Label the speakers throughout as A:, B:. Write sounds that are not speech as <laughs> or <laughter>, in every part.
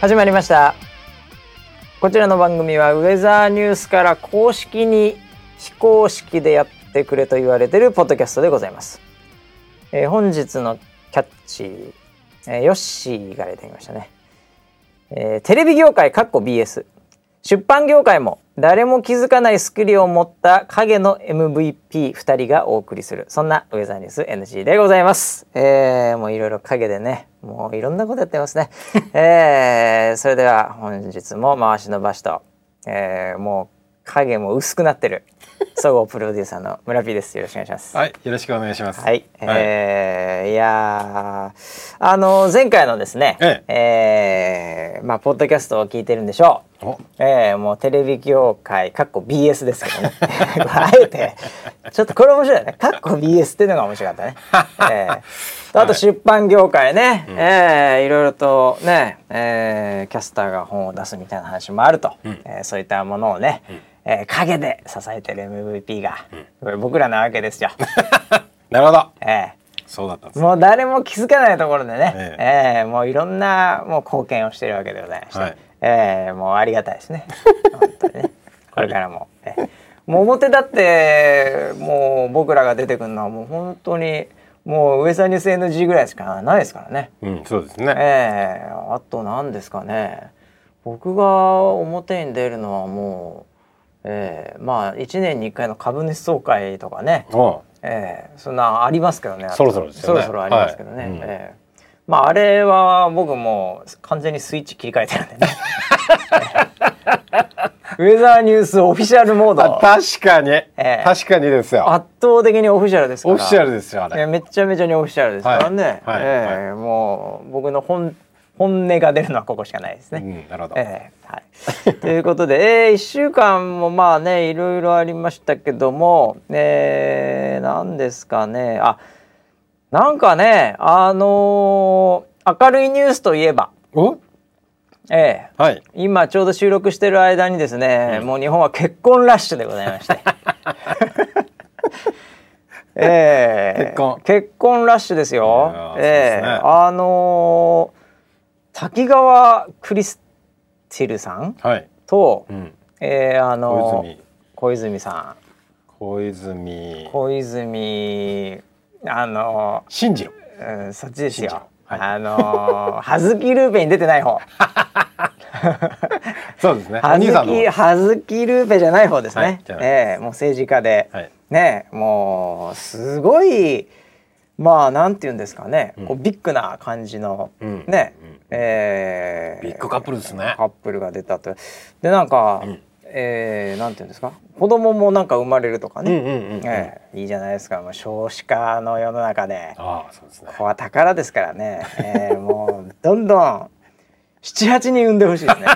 A: 始まりましたこちらの番組はウェザーニュースから公式に非公式でやってくれと言われてるポッドキャストでございます、えー本日のキャッチー、えーヨッシーからいただきましたね、えーテレビ業界かっこ BS 出版業界も誰も気づかないスキルを持った影の MVP2 人がお送りするそんなウェザーニュース NG でございますえー、もういろいろ影でねもういろんなことやって <laughs> ますねえー、それでは本日も回しのばしと、えー、もう影も薄くなって <laughs> る総合プロデューサーの村 P ですよろしくお願いします
B: はい、よろしくお願いします。
A: はい、えーい、やーあの前回のですね、
B: え
A: えーまあポッドキャストを聞いてるんでしょう
B: お。
A: えーもうテレビ業界かっこ BS ですけどね <laughs> あえてちょっとこれ面白いねかっこ BS っていうのが面白かったね、えーとあと出版業界ね、いえーいろいろとね、えーキャスターが本を出すみたいな話もあると、えーそういったものをね、えー陰で支えてる MVP が、これ僕らなわけ <laughs> ですよ。
B: なるほど。
A: え
B: そうだったんで
A: え
B: す。
A: <laughs> もう誰も気づかないところでね、え
B: え
A: えもういろんなもう貢献をしてるわけでございまして、
B: はい
A: ええもうありがたいですね本当にねこれからも、ええもう表だってもう僕らが出てくるのはもう本当にもう上さんに NG ぐらいしかないですからね
B: うん、そうですね。
A: ええあと何ですかね僕が表に出るのはもう、ええまあ1年に1回の株主総会とかね、
B: お
A: ええそんなありますけどね。
B: そろそろですよね
A: そろそろありますけどね。
B: はいうん
A: ええまああれは僕もう完全にスイッチ切り替えてるん
B: <laughs>
A: でね。ウェザーニュースオフィシャルモー
B: うあ
A: ド。
B: 確かに、
A: え
B: 確かにですよ。
A: 圧倒的にオフィシャルですから。
B: オフィシャルですよあ
A: いや
B: れ。
A: めちゃめちゃにオフィシャルですからね。
B: はいはい
A: ええもう僕の本本音が出るのはここしかないです
B: う
A: ね。
B: ん、なるほど。
A: ええはい、 <laughs> ということで、えー、1週間もまあねいろいろありましたけども、えー、何ですかねあなんかねあのー明るいニュースといえば、
B: お、
A: ええ
B: はい。
A: 今ちょうど収録してる間にですね、もう日本は結婚ラッシュでございまして。 <laughs> ええ
B: 結婚
A: 結婚ラッシュですよ
B: いやー。
A: ええ
B: そうですね
A: あのー滝川クリステルさん
B: はい。
A: と、
B: うん。
A: えーあの小
B: 小泉
A: 泉さ
B: 小泉
A: ん小泉あの、
B: 進次郎。
A: うん、そっちです
B: 信じろ
A: よ、
B: はい
A: あの葉月ルーペに出てない方
B: そうですね。 <laughs> お
A: 葉
B: 兄さんの。
A: 月葉月ルーペじゃない方ですね、
B: はいじゃない
A: えーもう政治家で、
B: はい
A: ねもうすごいまあなんて言うんですかね、こうビッグな感じの、
B: うん
A: ね、
B: うん
A: えー
B: ビッグカップルですね
A: カ。ップルが出たとでなんか、えーなんていうんですか子供もなんか生まれるとか
B: う
A: ね、
B: んうんうんうん。
A: ええいいじゃないですかもう少子化の世の中でこ
B: ああ、そうですね。
A: こは宝ですからね、え <laughs> えもうどんどん78人産んでほしい
B: <laughs>
A: ですね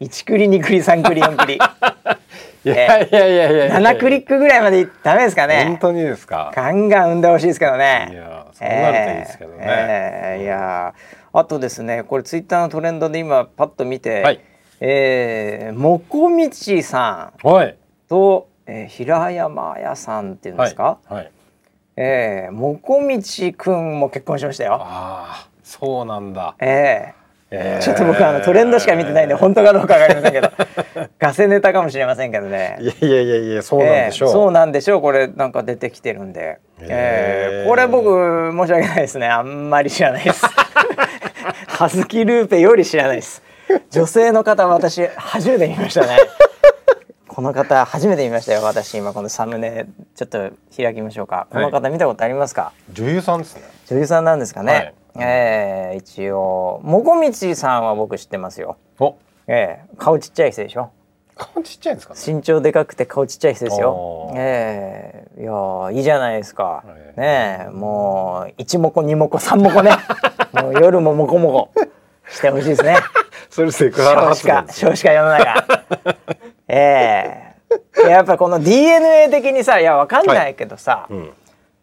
A: 1栗2栗3栗4栗
B: いやいやいやいやいや。
A: 7クリックぐらいまでいっダメですか
B: 本
A: ね
B: 当にですか。
A: ガンガン産んでほしいですけどね
B: いやそうなるといいですけどね
A: ええいやあとですねこれツイッターのトレンドで今パッと見て、
B: はい
A: ええもこみちさん
B: はい。
A: と、えー、平山綾さんっていうんで
B: はい。
A: すか、
B: はい。
A: ええもこみちくんも結婚しましたよ。
B: ああ、そうなんだ。
A: ええ
B: えー
A: ちょっと僕あのトレンドしか見てないんで本当かどうかわかりませんけど、 <laughs> ガセネタかもしれませんけどね。
B: いやいやいやいや、そうなんでしょう。
A: ええそうなんでしょう。これなんか出てきてるんで、え
B: え
A: えこれ僕申し訳ないですね。あんまり知らないです。 <laughs> ハズキルーペより知らないです。女性の方私初めて見ましたね。この方初めて見ましたよ。私今このサムネちょっと開きましょうか。この方見たことありますか。
B: 女優さんですね。
A: 女優さんなんですかね。
B: はい
A: ええ一応もこみちさんは僕知ってますよ。
B: お、
A: ええ顔ちっちゃい人でしょ。
B: 顔ちっちゃいんですかね。
A: 身長でかくて顔ちっちゃい人ですよ
B: お。ー
A: ええいやーいいじゃないですか。
B: ええ
A: ねえもう一もこ二もこ三も
B: <laughs>
A: こね。もう夜ももこもこしてほしいです
B: <laughs>
A: ね。
B: それセクハラ
A: 少
B: 発
A: 子
B: 言
A: 化
B: ですよ。
A: 少子化世の
B: <laughs>
A: 中。ええいややっぱこの DNA 的にさいやわかんないけどさ、
B: う
A: い
B: ん。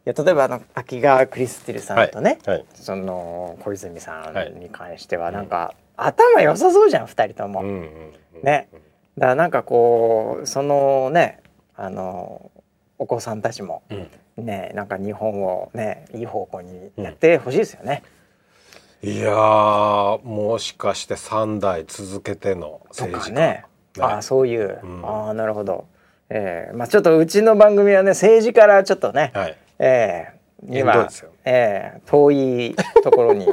A: や例えばあの秋川クリスティルさんとね、
B: はいはい
A: その小泉さ
B: はい
A: んに関してはなんか、頭良さそうじゃん二人とも。
B: うんうんうん。
A: ね、だからなんかこうそのねあのお子さんたちも
B: うん。
A: ねなんか日本をねいい方向にやってほしいですよね。
B: いやーもしかして3代続けての
A: と
B: 政
A: か
B: 治家
A: ね
B: ね
A: ああそういう、
B: うん
A: ああなるほど、ええまあちょっとうちの番組はね政治からちょっとね、
B: はい
A: ええ
B: 遠慮ですよ
A: ええ遠いところに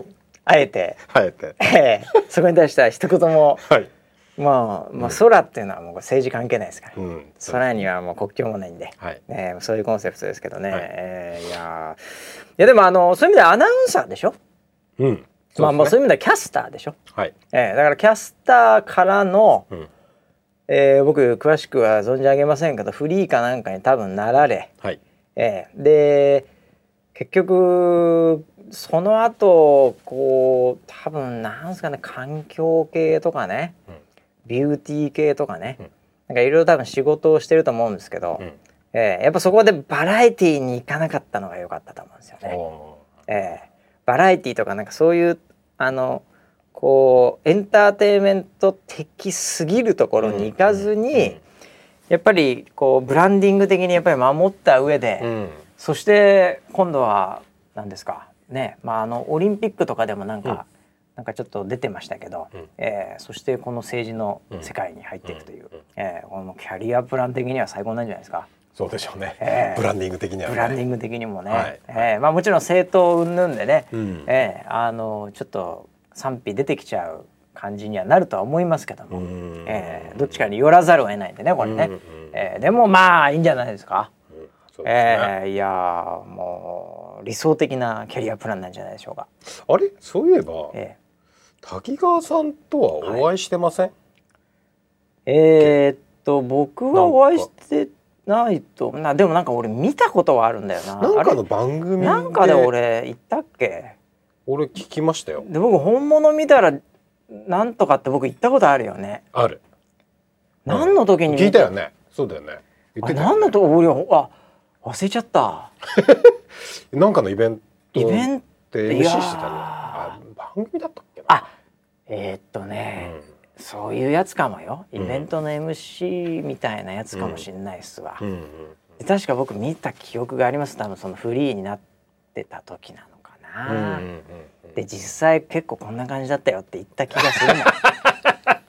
A: あえて、
B: あえて
A: ええそこに対しては一言も
B: はい、
A: まあ、まあ、空っていうのはもう政治関係ないですから、
B: うん、
A: 空にはもう国境もないんで、
B: はい
A: ねえそういうコンセプトですけどね、
B: はい
A: ええいやーいやでもあのそういう意味ではアナウンサーでしょ
B: うん
A: まあまあそう
B: う
A: いう意味ではキャスターでしょ、
B: ですねはい、
A: ええだからキャスターからの、
B: うん、
A: えー僕詳しくは存じ上げませんけどフリーかなんかに多分なられ、
B: はい
A: えーで結局その後こう多分なんすかね環境系とかね、
B: うん
A: ビューティー系とかね、
B: うん
A: なんかいろいろ多分仕事をしてると思うんですけど、
B: うん
A: えーやっぱそこでバラエティーに行かなかったのが良かったと思うんですよね。
B: お
A: えーバラエティとかなんかそういうあのこうエンターテインメント的すぎるところに行かずに、やっぱりこうブランディング的にやっぱり守った上で、
B: うん、うん
A: そして今度は何ですかねまああのオリンピックとかでもなんか、
B: うん
A: なんかちょっと出てましたけど、
B: うん
A: えーそしてこの政治の世界に入っていくという、
B: うんうん
A: えーこのキャリアプラン的には最高なんじゃないですか。
B: そうでしょうね、
A: ええ
B: ブランディング的には、ね、
A: ブランディング的にもね、
B: はい
A: えーまあ、もちろん政党云々でね、
B: うん
A: ええあのちょっと賛否出てきちゃう感じにはなるとは思いますけども、
B: うん
A: ええどっちかに寄らざるを得ないんでねこれね、
B: うんうん
A: ええでもまあいいんじゃないですか、
B: うんそうですね
A: ええいやーもう理想的なキャリアプランなんじゃないでしょうか、
B: あれそういえば、
A: え
B: 滝川さんとはお会いしてません、
A: ええーっと僕はお会いしてないとなでもなんか俺見たことはあるんだよな
B: なんかの
A: あ
B: 番組
A: れ
B: で
A: なんかで俺言ったっけ
B: 俺聞きましたよ
A: で僕本物見たらなんとかって僕言ったことあるよね
B: ある
A: 何の時に見
B: 聞いたよねそうだよね言ってた
A: あ
B: よ
A: 何
B: ね
A: だと俺はあ忘れちゃった
B: なんかのイベント
A: イベント
B: で
A: い
B: MC
A: やー
B: してたねあ番組だったっけな
A: あえーっとね、
B: う
A: そういうやつかもよイ
B: うん
A: ベントの MC みたいなやつかもしんないっすわ、
B: んうんうん
A: で確か僕見た記憶があります多分そのフリーになってた時なのか
B: うんうん
A: な、
B: うん
A: で実際結構こんな感じだったよって言った気がする
B: <laughs>
A: な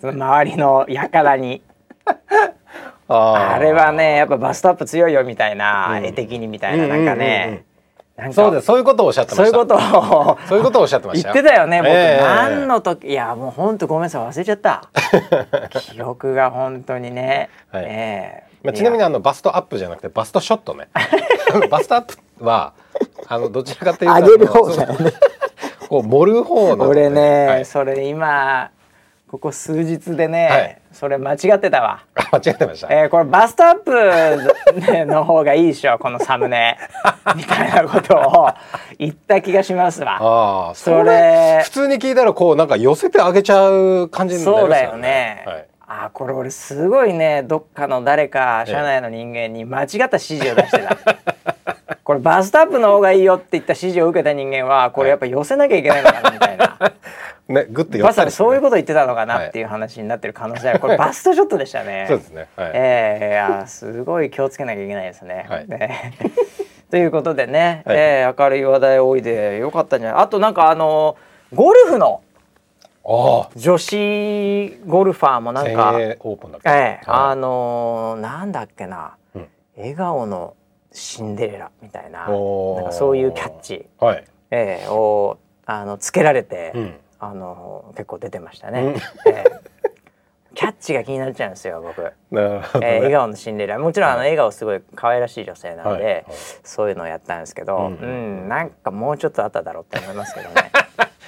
A: その周りの輩に
B: あ
A: あれはねやっぱバストアップ強いよみたいな、
B: うん
A: 絵的にみたいななんかね、なんか
B: そうですそういうことをおっしゃってま
A: そう
B: し
A: いう
B: た
A: ことを
B: そういうことをおっしゃってまし
A: 言ったてたよね僕、
B: ええ
A: 何の時いやもうほんとごめんなさい忘れちゃった
B: <laughs>
A: 記憶が本当にね、
B: はい
A: ええ
B: まあ、ちなみ
A: い
B: にあのバストアップじゃなくてバストショットね <laughs> あのバストアップはあのどちらかというと
A: や上げる方だ
B: あの
A: よね
B: そうこう盛る方なので
A: 俺ね、
B: はい
A: それ今ここ数日でね、
B: はい
A: それ間違ってたわ、
B: あ間違ってました、
A: ええこれバストアップねの方がいいでしょこ <laughs> のサム
B: <laughs>
A: ネみたいなことを言った気がしますわ
B: ああそれ
A: それ
B: 普通に聞いたらこうなんか寄せてあげちゃう感じになり
A: そう
B: ます
A: だ
B: よ
A: よね
B: ね、はい、
A: あこれ俺すごいねどっかの誰か社内の人間に間違った指示を出して
B: <laughs>
A: た、これバストアップの方がいいよって言った指示を受けた人間はこれやっぱ寄せなきゃいけないのかなみたいな、
B: ねグッて寄
A: ま
B: せ
A: さ
B: た
A: に
B: り
A: そういう
B: こ
A: こと言ってたのかなっていう話になってる可能性はこれバストショットでしたね
B: <laughs> そうですねはい、
A: ええいやすごい気をつけなきゃいけないですね。
B: はい
A: ね <laughs> ということでね、
B: はい
A: ええ明るい話題多いでよかったんじゃないあとなんかあのゴルフの
B: あ
A: 女子ゴルファーも
B: あ
A: なんか
B: 全英オープンだっけ
A: ええあ
B: はい
A: のーなんだっけな、
B: うん
A: 笑顔のシンデレラみたいな
B: おー
A: なんかそういうキャッチ、
B: はい、
A: ええをあのつけられて、
B: うん、
A: あのー結構出てました
B: う
A: ね
B: ん、
A: ええキャッチが気になっちゃうんですよ
B: <laughs>
A: 僕、え
B: なる
A: え
B: ほどね、
A: 笑顔のシンデレラもちろんあの笑顔すごい可愛らしい女性なので、
B: はいはい
A: そういうのをやったんですけど、う
B: うんん
A: なんかもうちょっとあっただろうって思いますけどね。
B: <laughs>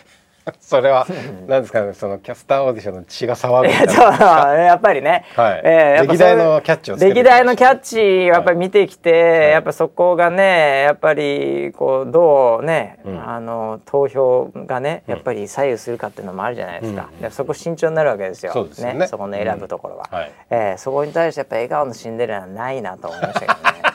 B: それはなんですかねそのキャスターオーディションの血が騒ぐみ
A: え
B: たい
A: っと
B: な
A: やっぱりね、
B: はい
A: ーやっぱ
B: 歴代のキャッチをつけてきま
A: 歴
B: した
A: 代のキャッチをやっぱり見てきて、やっぱそこがねやっぱりこうどうね、
B: うん
A: あの投票がねやっぱり左右するかっていうのもあるじゃないですか、
B: うん
A: でそこ慎重になるわけですよ
B: そうですよね
A: そこの選ぶところは、
B: うんはい
A: えーそこに対してやっぱ笑顔のシンデレラはないなと思いましたけどね。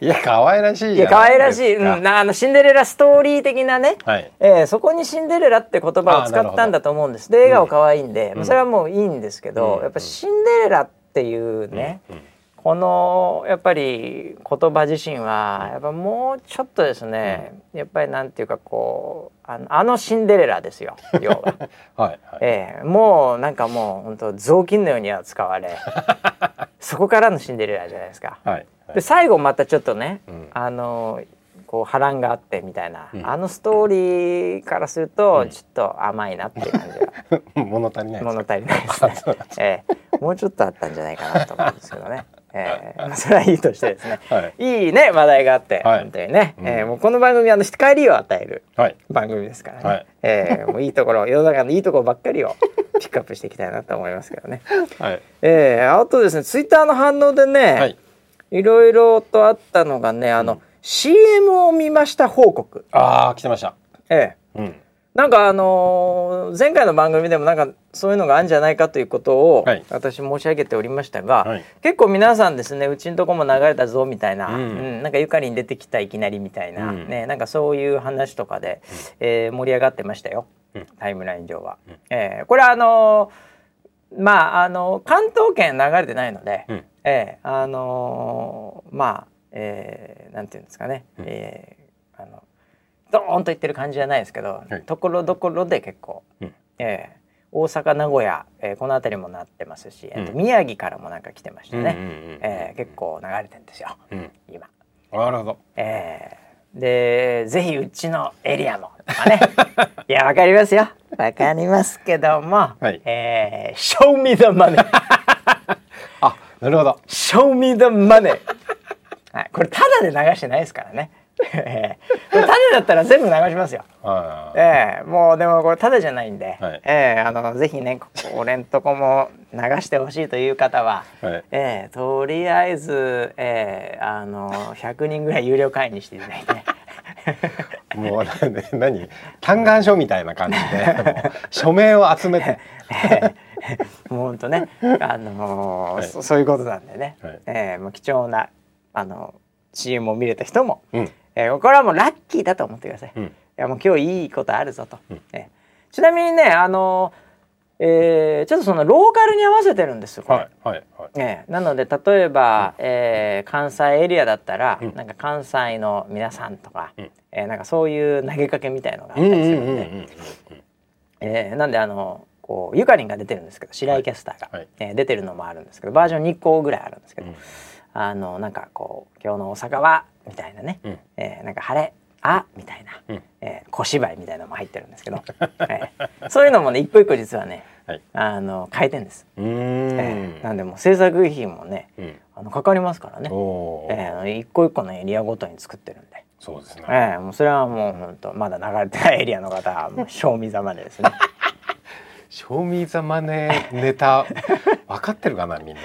B: いや可愛らし <laughs> い
A: うん、いや可愛らしい、
B: じゃな
A: うん
B: ですか
A: なあのシンデレラストーリー的なね、
B: はい
A: えーそこにシンデレラって言葉を使ったんだと思うんですで笑顔可愛いんで、まあそれはもういいんですけど、
B: うん
A: やっぱシンデレラっていうね、
B: うん
A: このやっぱり言葉自身はやっぱもうちょっとですね、やっぱりなんていうかこうあのあのシンデレラです <laughs> よ要は、
B: はいはい
A: ええもうなんかもう本当雑巾のように扱わ <laughs> れそこからのシンデレラじゃないですか。
B: はいは
A: で
B: い
A: 最後またちょっとね、
B: うん
A: あのこう波乱があってみたいな、
B: うん
A: あのストーリーからすると
B: うん
A: ちょっと甘いなっていう感じ
B: <laughs>
A: が
B: 物足りないです
A: 物
B: か
A: 足りないです
B: <laughs>
A: ね。ええもうちょっとあったんじゃないかなと思うんですけどね。ええまあそれはいいとしてですね。
B: はい
A: いいね話題があって、
B: はい
A: 本当にね、
B: うん
A: ええもうこの番組はあの光を与える
B: はい
A: 番組ですからね、
B: はい
A: ええもういいところ世の中のいいところばっかりをピックアップしていきたいなと思いますけどね。
B: はい
A: ええあとですねツイッターの反応でね、
B: はい
A: いろいろとあったのがねあの、CM を見ました報告、
B: ああ来てました
A: ええ、
B: うん
A: なんかあのー前回の番組でもなんかそういうのがあるんじゃないかということを
B: はい
A: 私申し上げておりましたが、
B: はい
A: 結構皆さんですねうちのとこも流れたぞみたいな、う
B: うんん
A: なんかゆかりに出てきたいきなりみたいな、
B: うん
A: ね、なんかそういう話とかで、えー盛り上がってましたよ、
B: うん
A: タイムライン上は。
B: うん
A: えーこれはあのーまああの関東圏流れてないので、
B: うん
A: ええあのーまあ、えーなんていうんですかね、
B: うん
A: ええあのドーンと言ってる感じじゃないですけど、
B: はい
A: ところどころで結構、
B: うん
A: ええ大阪名古屋、ええこの辺りもなってますし、えっと
B: うん
A: 宮城からもなんか来てましたね、
B: うんうんうんうん
A: ええ結構流れてるんですよ
B: うん
A: 今。
B: なるほど
A: ええでぜひうちのエリアもと
B: <laughs>
A: かねいやわかりますよわかりますけども、
B: はい
A: ええ Show me the money
B: あなるほど
A: Show me the money はい、これただで流してないですからね。 <laughs> ええこれただだったら全部流しますよ。
B: はいはい
A: ええもうでもこれただじゃないんで、
B: はい
A: ええあのぜひねここ俺んとこも流してほしいという方は、
B: はい
A: ええとりあえず、ええあの100人ぐらい有料会員にしていただいて。
B: もうなんで何嘆願書みたいな感じでもう署名を集めて
A: もうほんとね、あのー
B: はい
A: そそういうことなんでね、
B: はい
A: えーもう貴重な、あの CM を見れた人も、
B: うん
A: えーこれはもうラッキーだと思ってください。
B: うん
A: いやもう今日いいことあるぞと。
B: うん
A: えーちなみにね、あのーえーちょっとそのローカルに合わせてるんですよ。これ
B: はいはいはい
A: ええなので例えば、えー関西エリアだったら、
B: うん
A: なんか関西の皆さんとか、
B: うん
A: えーなんかそういう投げかけみたいのがあっ
B: う
A: たり
B: ん
A: す
B: う
A: るんで、
B: んうんうん
A: えーなんであのこうゆかりんが出てるんですけど白井キャスターが、
B: はいはい
A: えー出てるのもあるんですけどバージョン2個ぐらいあるんですけ
B: う
A: ど、
B: ん
A: あのなんかこう「今日の大阪は」みたいなね、
B: うん
A: えーなんか「晴れ」あみたいな、
B: うん
A: えー小芝居みたいなのも入ってるんですけど、 <laughs> えーそういうのもね一個一個実はね
B: はい
A: あの変えてんです、
B: う
A: えーな
B: ーん
A: んでもう制作費もね
B: うん
A: あのかかりますからね、
B: おー
A: えー一個一個のエリアごとに作ってるんで。
B: そうですね
A: えーもうそれはもう本当まだ流れてないエリアの方はもう <laughs> 賞味ざまでですね。 <laughs>
B: 賞味ざまねネタ分かってるかなみんな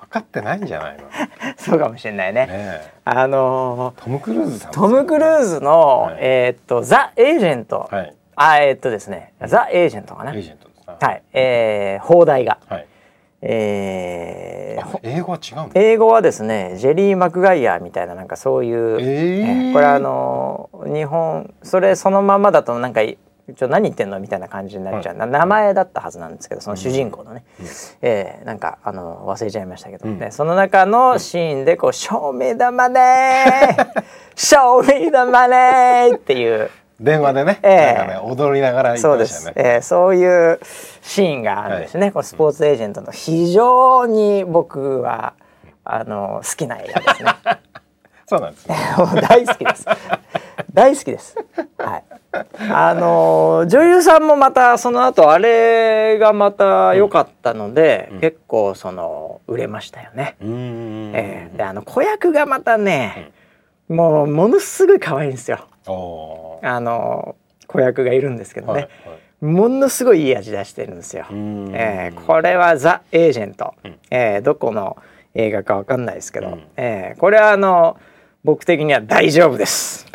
B: 分かってないんじゃないのね
A: そうかもしれないね。
B: え
A: あの
B: トム・クルーズさん
A: ートム・クルーズの、
B: はい
A: えーっとザ・エージェント、
B: はい
A: あえーっとですねザ・エージェントかな
B: エージェントですね
A: はい、えー、放題が、
B: はい
A: えー
B: あ英語は違うんだ
A: 英語はですねジェリー・マクガイアみたいななんかそういう、
B: えー
A: えーこれあのー日本それそのままだとなんかいちょ何言ってんのみたいな感じになっちゃう、な名前だったはずなんですけどその主人公のね、えーなんかあの忘れちゃいましたけど、
B: うん
A: でその中のシーンでこう「賞味だまねー
B: <laughs>
A: 賞味だまねー」っていう。
B: 電話でね
A: ええ
B: なんかね踊りながら言
A: そう
B: っ
A: で
B: てまし
A: す、
B: たよね
A: えーそういうシーンがあるんですね、このスポーツエージェントの非常に僕はあの好きな映画ですね
B: そうなんですね
A: もう大好きです大好きですはいあの女優さんもまたその後あれがまた良かったので、
B: うん
A: 結構その売れましたよね、
B: うーん
A: えーであの子役がまたね、もうものすごい可愛いんですよ
B: おー
A: あの子役がいるんですけどね、
B: はいはい
A: ものすごいいい味出してるんですよ。
B: うーん
A: えーこれはザ・エージェント、
B: うん
A: えーどこの映画かわかんないですけど、
B: うん
A: えーこれはあの僕的には大丈夫
B: <laughs>
A: です。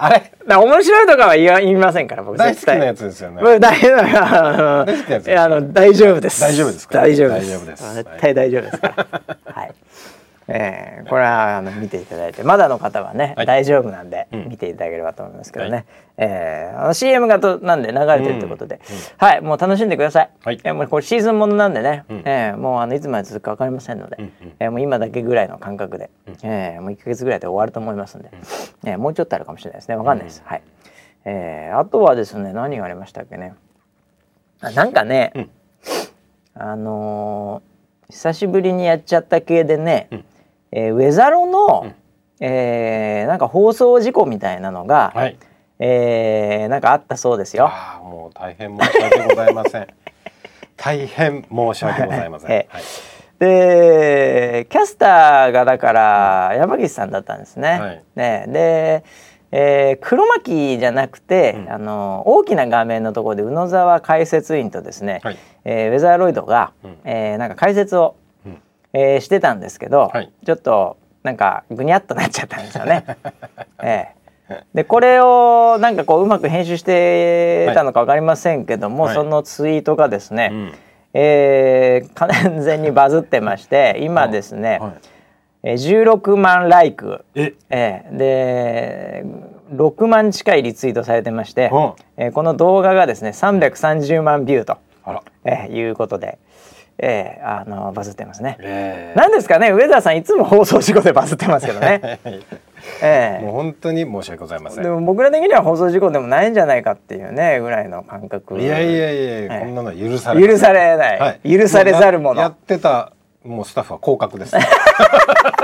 B: あれ
A: だ面白いとかは言わ言いませんから僕
B: 大好
A: 絶
B: きな
A: 対。
B: やつですよね
A: 僕大丈夫あの
B: 大好きなやつ
A: いやあの大丈夫です。
B: 大丈夫ですか
A: 大丈夫です。
B: 大丈夫です <laughs>
A: 絶対大丈夫ですから。はい。えーこれはあの見ていただいてまだの方はね、
B: はい
A: 大丈夫なんで
B: うん
A: 見ていただければと思いますけどね、えーあの CM がとなんで流れてるということで、
B: うんうん
A: はいもう楽しんでください、
B: はい
A: えーもうこれシーズンものなんでね、
B: うん
A: えーもうあのいつまで続くか分かりませんので、
B: うんうん
A: えーもう今だけぐらいの感覚で、
B: うん
A: えーもう1か月ぐらいで終わると思いますんで、えーもうちょっとあるかもしれないですね分かんないです、はい、えーあとはですね何がありましたっけねあなんかね、
B: うん
A: あのー久しぶりにやっちゃった系でね、
B: うん
A: えーウェザロの、
B: うん
A: えーなんか放送事故みたいなのが、
B: はい。
A: えーなんかあったそうですよ。
B: ああ、もう大変申し訳ございません。大変申し訳ございません。
A: ええ
B: はい。
A: でキャスターがだから山岸さんだったんですね。
B: はい
A: ねで、えー、黒巻じゃなくて、
B: うん
A: あの大きな画面のところで宇野沢解説員とですね、
B: はい
A: えーウェザーロイドが、
B: うん
A: えーなんか解説を、
B: うん
A: えーしてたんですけど、
B: はい
A: ちょっとなんかぐにゃっとなっちゃったんですよ
B: <laughs>
A: ね。ええでこれをなんかこううまく編集してたのかわかりませんけども、
B: はい
A: そのツイートがですね、
B: うん。
A: えー完全にバズってま
B: <laughs>
A: して今ですね、
B: はい。
A: えー16万ライク、
B: え、
A: えーで6万近いリツイートされてまして
B: うん、
A: えーこの動画がですね330万ビューと、
B: あら。
A: えーいうことで、えーあのバズってますね。
B: え
A: なんですかね上田さんいつも放送事故でバズってますけど
B: <laughs>
A: ね。え
B: え。
A: ー
B: もう本当に申し訳ございません。
A: でも僕ら的には放送事故でもないんじゃないかっていうねぐらいの感覚
B: いやいやいや、
A: ええ
B: こんなの許されません
A: 許されない、許されざる者
B: もうややってたもうスタッフは降格です
A: <laughs>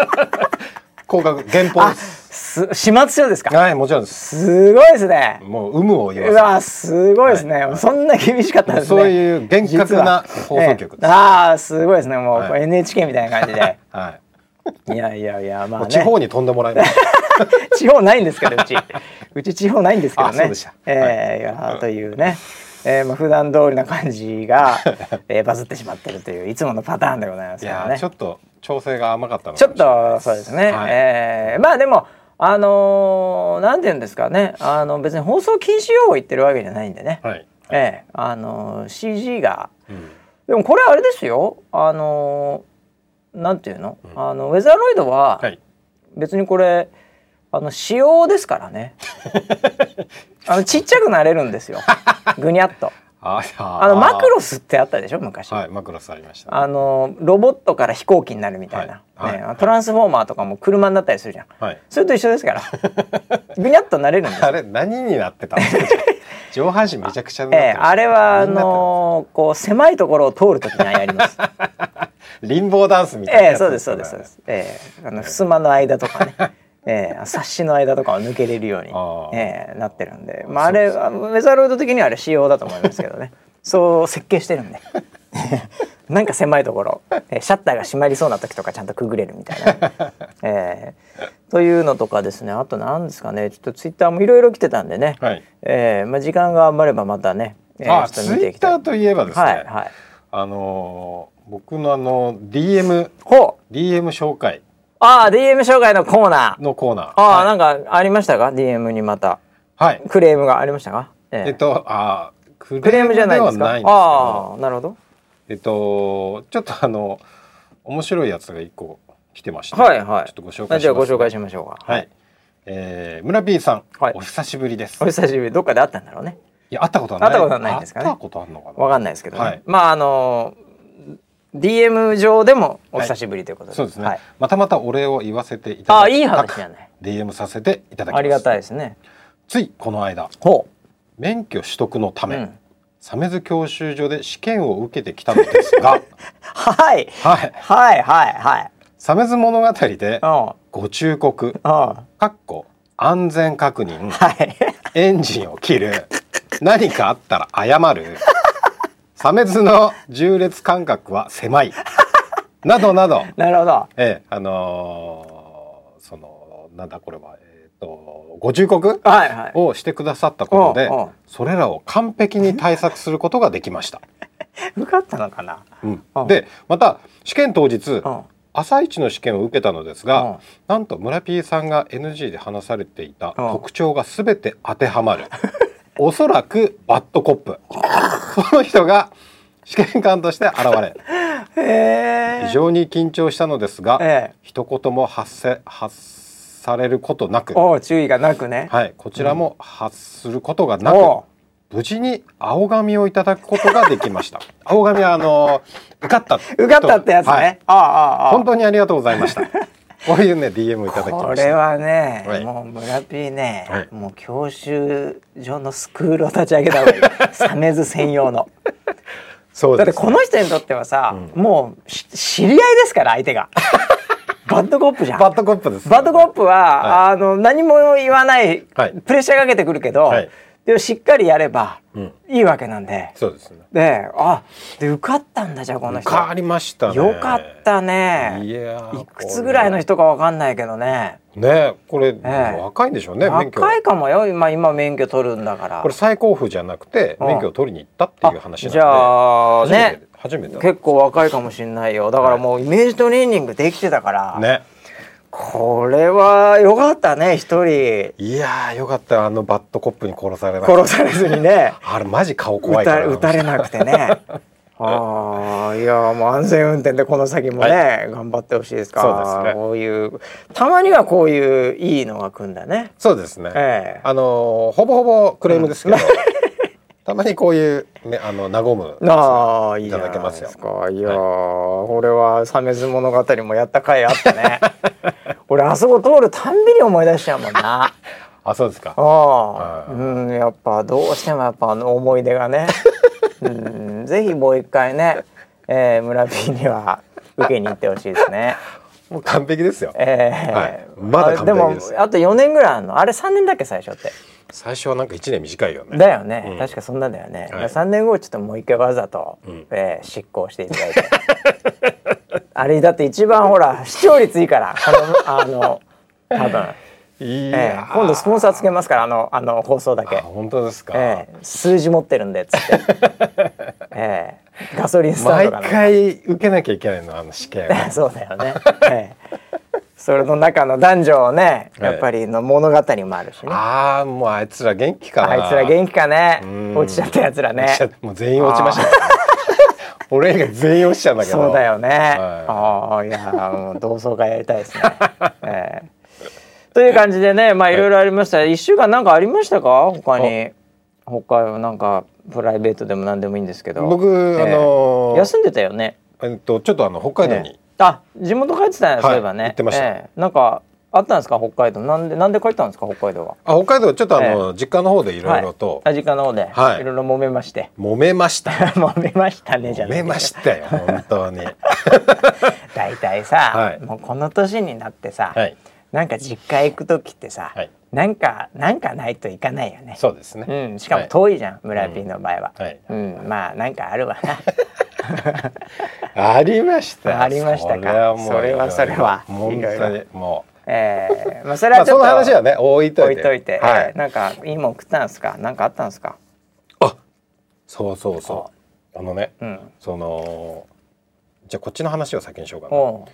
B: 降格減俸
A: あ
B: です
A: す始末書ですか
B: はいもちろんです
A: すごいですね。
B: もう有無を言
A: う
B: わ
A: わ、すごいですね。そんな厳しかったんですね。
B: そういう厳格な
A: 実
B: 放
A: は
B: 送局です
A: ええああ、すごいですね。もう、
B: はい
A: これ NHK みたいな感じ
B: <laughs>
A: で。
B: せはい
A: いやいやいや、まあ、
B: も
A: ね、
B: う地方に飛んでもら
A: <laughs>
B: います
A: 地方ないんですけど、う
B: <laughs>
A: ち。うち地方ないんですけどね。
B: あそうでした
A: ええいやというね。えーまあ普段通りな感じが、えーバズってしまってるといういつものパターンでございま
B: い
A: すから
B: や
A: ね。
B: ーちょっと調整が甘かったの
A: ち
B: か
A: ょ
B: も
A: っ
B: しれない
A: とそうですね、
B: はい
A: えーまあでもあのーなんて言うんですかねあの別に放送禁止用語言ってるわけじゃないんでね、
B: はい
A: ええあのー CG が
B: うん
A: でもこれあれですよあのーなんていうの,、
B: ん
A: あのウェザーロイドは
B: はい
A: 別にこれあの仕様ですから
B: <laughs>
A: ねあのちっちゃくなれるんですよぐにゃっと
B: あ
A: あ
B: あ
A: のマクロスってあったでしょ昔、
B: はいマクロスありましたね
A: あのロボットから飛行機になるみたいな、
B: はいはい
A: ね、トランスフォーマーとかも車になったりするじゃん、
B: はい
A: それと一緒
B: <laughs>
A: ですからぐにゃっとなれるんです
B: あれ何になってたんですか上半身めちゃくちゃになってま
A: え
B: し
A: え
B: た
A: あれはあ
B: みんなってます
A: のこう狭いところを通るときにやります。
B: リンボーダンスみたいな
A: ええ
B: やつ
A: そうですそうですそうです。ええあの襖の間とかね、ええ冊子の間とかを抜けれるように
B: ああ
A: ええなってるんで、まああれあのウェザーロイド的にはあれ仕様だと思いますけどね。そう設計してるんで。なんか狭いところ、ええシャッターが閉まりそうな時とかちゃんとくぐれるみたいな、ええというのとかですねあと何ですかねちょっとツイッターもいろいろ来てたんでね、
B: はい
A: ええまあ、時間が余ればまたね、ええ
B: あ、
A: ち
B: ツ
A: ょ
B: イ
A: っと見ていき
B: ッ
A: たい
B: ターといえばですね、
A: はいはい
B: あのー僕のあの DM
A: ほう
B: DM 紹介
A: ああ DM 紹介のコーナー
B: のコーナー。
A: ああ、
B: はい、
A: なんかありましたか ?DM にまた
B: はい。
A: クレームがありましたか、ええ
B: えっとあーク
A: クレ
B: レ
A: ー
B: ー
A: ム
B: ム
A: じ
B: で
A: ゃなで
B: はないいんですす
A: か
B: け
A: あ
B: ど、
A: あ、なるほど。
B: えっとちょっとあの面白いやつが一個来てまして、
A: はいはい。
B: ちょっとご紹介します。
A: じゃあご紹介しましょうか。
B: はい。えー、村 B さん、
A: はい
B: お久しぶりです。
A: お
B: い
A: 久しぶり、どっかで会ったんだろうね。
B: や会ったことはない。
A: 会ったことはないんですかね
B: 会ったことあるのか
A: わかんないですけど、ね
B: はい
A: まああのー DM 上でもお久しぶりということ
B: な。
A: で。
B: そうですね、
A: はい
B: またまたお礼を言わせていた
A: あ
B: だ
A: あ、
B: き
A: いい
B: た
A: 話
B: く
A: じゃない。
B: DM させていただきます。
A: ありがたいですね。
B: ついこの間
A: ほ
B: 免許取得のた
A: う。
B: め、
A: うん
B: 鮫洲教習所で試験を受けてきたのです
A: <laughs>
B: が
A: はい。
B: はい
A: はいはいはい。
B: 鮫洲物語で
A: うん。うん。
B: ご忠告
A: は
B: かっこ安全確認
A: い。 <laughs>
B: エンジンを切る何かあったら謝る鮫洲の縦列間隔は狭いなどなど
A: なるほど。
B: ええあのーそのなんだこれはえっ、とご忠告
A: はいはい。
B: をしてくださったことで
A: うんうん
B: それらを完璧に対策することができました。
A: 受かったのかな
B: うん
A: うん
B: でまた試験当日
A: うん。
B: 朝一の試験を受けたのです
A: うん
B: がなんと村 P さんが NG で話されていた特徴が全て当てはまる <laughs> おそ <laughs> らくバッドコップその人が試験官として現れ
A: へえ
B: 非常に緊張したのですが、
A: ええ
B: 一言も発せ発されることなく、
A: おう注意がなくね、
B: はい、こちらも発することがなく、
A: おう
B: 無事に青髪をいただくことができました。青髪はあの受かった
A: 受かったってやつね、
B: はい
A: ああああああ
B: 本当にありがとうございま
A: <laughs>
B: した。こういうね DM をいただき
A: こ
B: まし
A: れ
B: た。
A: はね、
B: はい
A: もう村ピーね、
B: はい
A: もう教習所のスクールを立ち上げた方がいい
B: <laughs>
A: サメズ専用の
B: そう
A: だっ
B: で
A: て
B: す。
A: この人にとってはさ、もうし知り合いですから相手
B: <laughs>
A: がバッドコップじゃん
B: バッドコップです。
A: バッドコップは、あの何も言わない、
B: はい
A: プレッシャーかけてくるけど、
B: はい
A: でもしっかりやれば
B: ん
A: いいわけなんで、
B: そうですね。
A: であで受かったんだじゃあこの
B: 受
A: 人
B: かりましたね。
A: よかったね
B: いやー
A: いくつぐらいの人かわかんないけどね
B: ねこれ、
A: え
B: 若いんでしょうね免許
A: 若いかもよ今今免許取るんだから
B: これ最高峰じゃなくて
A: うん
B: 免許を取りに行ったっていう話なん
A: じ
B: で
A: ゃあね
B: 初めて初めて
A: 結構若いかもしれないよだからもうイメージトレーニングできてたから、
B: ね
A: これはよかったね一人
B: いやーよかったあのバッドコップに殺されなくて
A: 殺されずにね
B: あれマジ顔 <laughs> 怖
A: 撃
B: いか
A: た
B: ら
A: 撃たれなくて
B: <laughs>
A: ねああいやもう安全運転でこの先もね、頑張ってほしいですから
B: そうですね
A: こういうたまにはこういういいのが来んだね
B: そうですね、
A: ええ
B: あのーほぼほぼクレームですけど、たまにこういうねあの和む
A: ああいい
B: い
A: じゃ
B: た
A: な
B: だ
A: い
B: けますよ
A: ですかいやー、これは「サメズ物語」もやった回あった
B: <laughs>
A: ね俺あそこ通るたんびに思い出しちゃうもん
B: <laughs>
A: な
B: あそうですか
A: ああ
B: う
A: うんやっぱどうしてもやっぱあの思い出が
B: <laughs>
A: ねうんぜひもう一回ね、えー、村 P には受けに行ってほしいですね
B: もう完璧ですよ
A: えー
B: はいまだ完璧です
A: あでもあと4年ぐらいあるのあれ3年だっけ最初って
B: 最初はなんか一年短いよね
A: だよね、
B: ん
A: 確かそんなんだよね、
B: はい
A: 3年後ちょっともう一回わざと、
B: ん
A: えー執行していただいて <laughs> あれだって一番ほら視聴率いいからあのあ <laughs> の多分、
B: いやー、
A: えー今度スポンサーつけますからあのあの放送だ
B: あ
A: け、
B: 本当ですか、
A: えー数字持ってるんでっつ
B: <laughs>
A: って、えーガソリンスタン
B: 毎
A: ドがね
B: 回受けなきゃいけないのあの試験
A: <laughs> そうだよね、えーそれの中の男女をねやっぱりの物語もあるしね、
B: ああもうあいつら元気かな
A: あいつら元気かね
B: ん
A: 落ちちゃったやつらね
B: 落ちちゃもう全員落ちましたね、 <laughs> 俺以外全員落ちちゃうんだけど
A: そうだよね。あ
B: は
A: あいやもう同窓会やりたいですね。 <laughs> ええという感じでねまあいろいろありました。一、週間なんかありましたか他に他はなんかプライベートでも何でもいいんですけど。
B: 僕あのー
A: 休んでたよね。
B: えっとちょっとあの北海道に、
A: ええあ地元帰ってたね、
B: はい
A: そういえばね。
B: 行ってました
A: ええなんかあったんですか北海道なんでなんで帰ったんですか北海道は。
B: あ北海道ちょっとあの、実家の方でい
A: い
B: ろいろと
A: はい、あ実家の方で、
B: はい
A: い、ろいろ揉めまして。 <laughs>
B: 揉めました、
A: 揉めましたねじゃ
B: 揉
A: ない
B: めましたよ本当に
A: 大体さ、
B: はい
A: もうこの年になってさ、
B: はい
A: なんか実家行く時ってさ、
B: はい
A: なんかなんかないといかないよね
B: そうですね、
A: ん、しかも遠いじゃん、村ピーの場合は、
B: はい
A: うん、まあなんかあるわ
B: <laughs>
A: な
B: ありましたよ
A: ありましたか
B: それはもう
A: それはそれは
B: 本
A: い
B: 当
A: ろ
B: にもう
A: えーまあそれ
B: ま
A: は
B: あ
A: ちょ
B: そ
A: っ
B: の
A: と、
B: 話はね置いと
A: 置
B: い
A: い
B: て
A: といて、
B: は
A: え
B: い
A: ー、なんかいいもん食ったんですかなんかあったんですか
B: あそうそうそうあのね、
A: うん
B: そのじゃあこっちの話を先にしようかな
A: お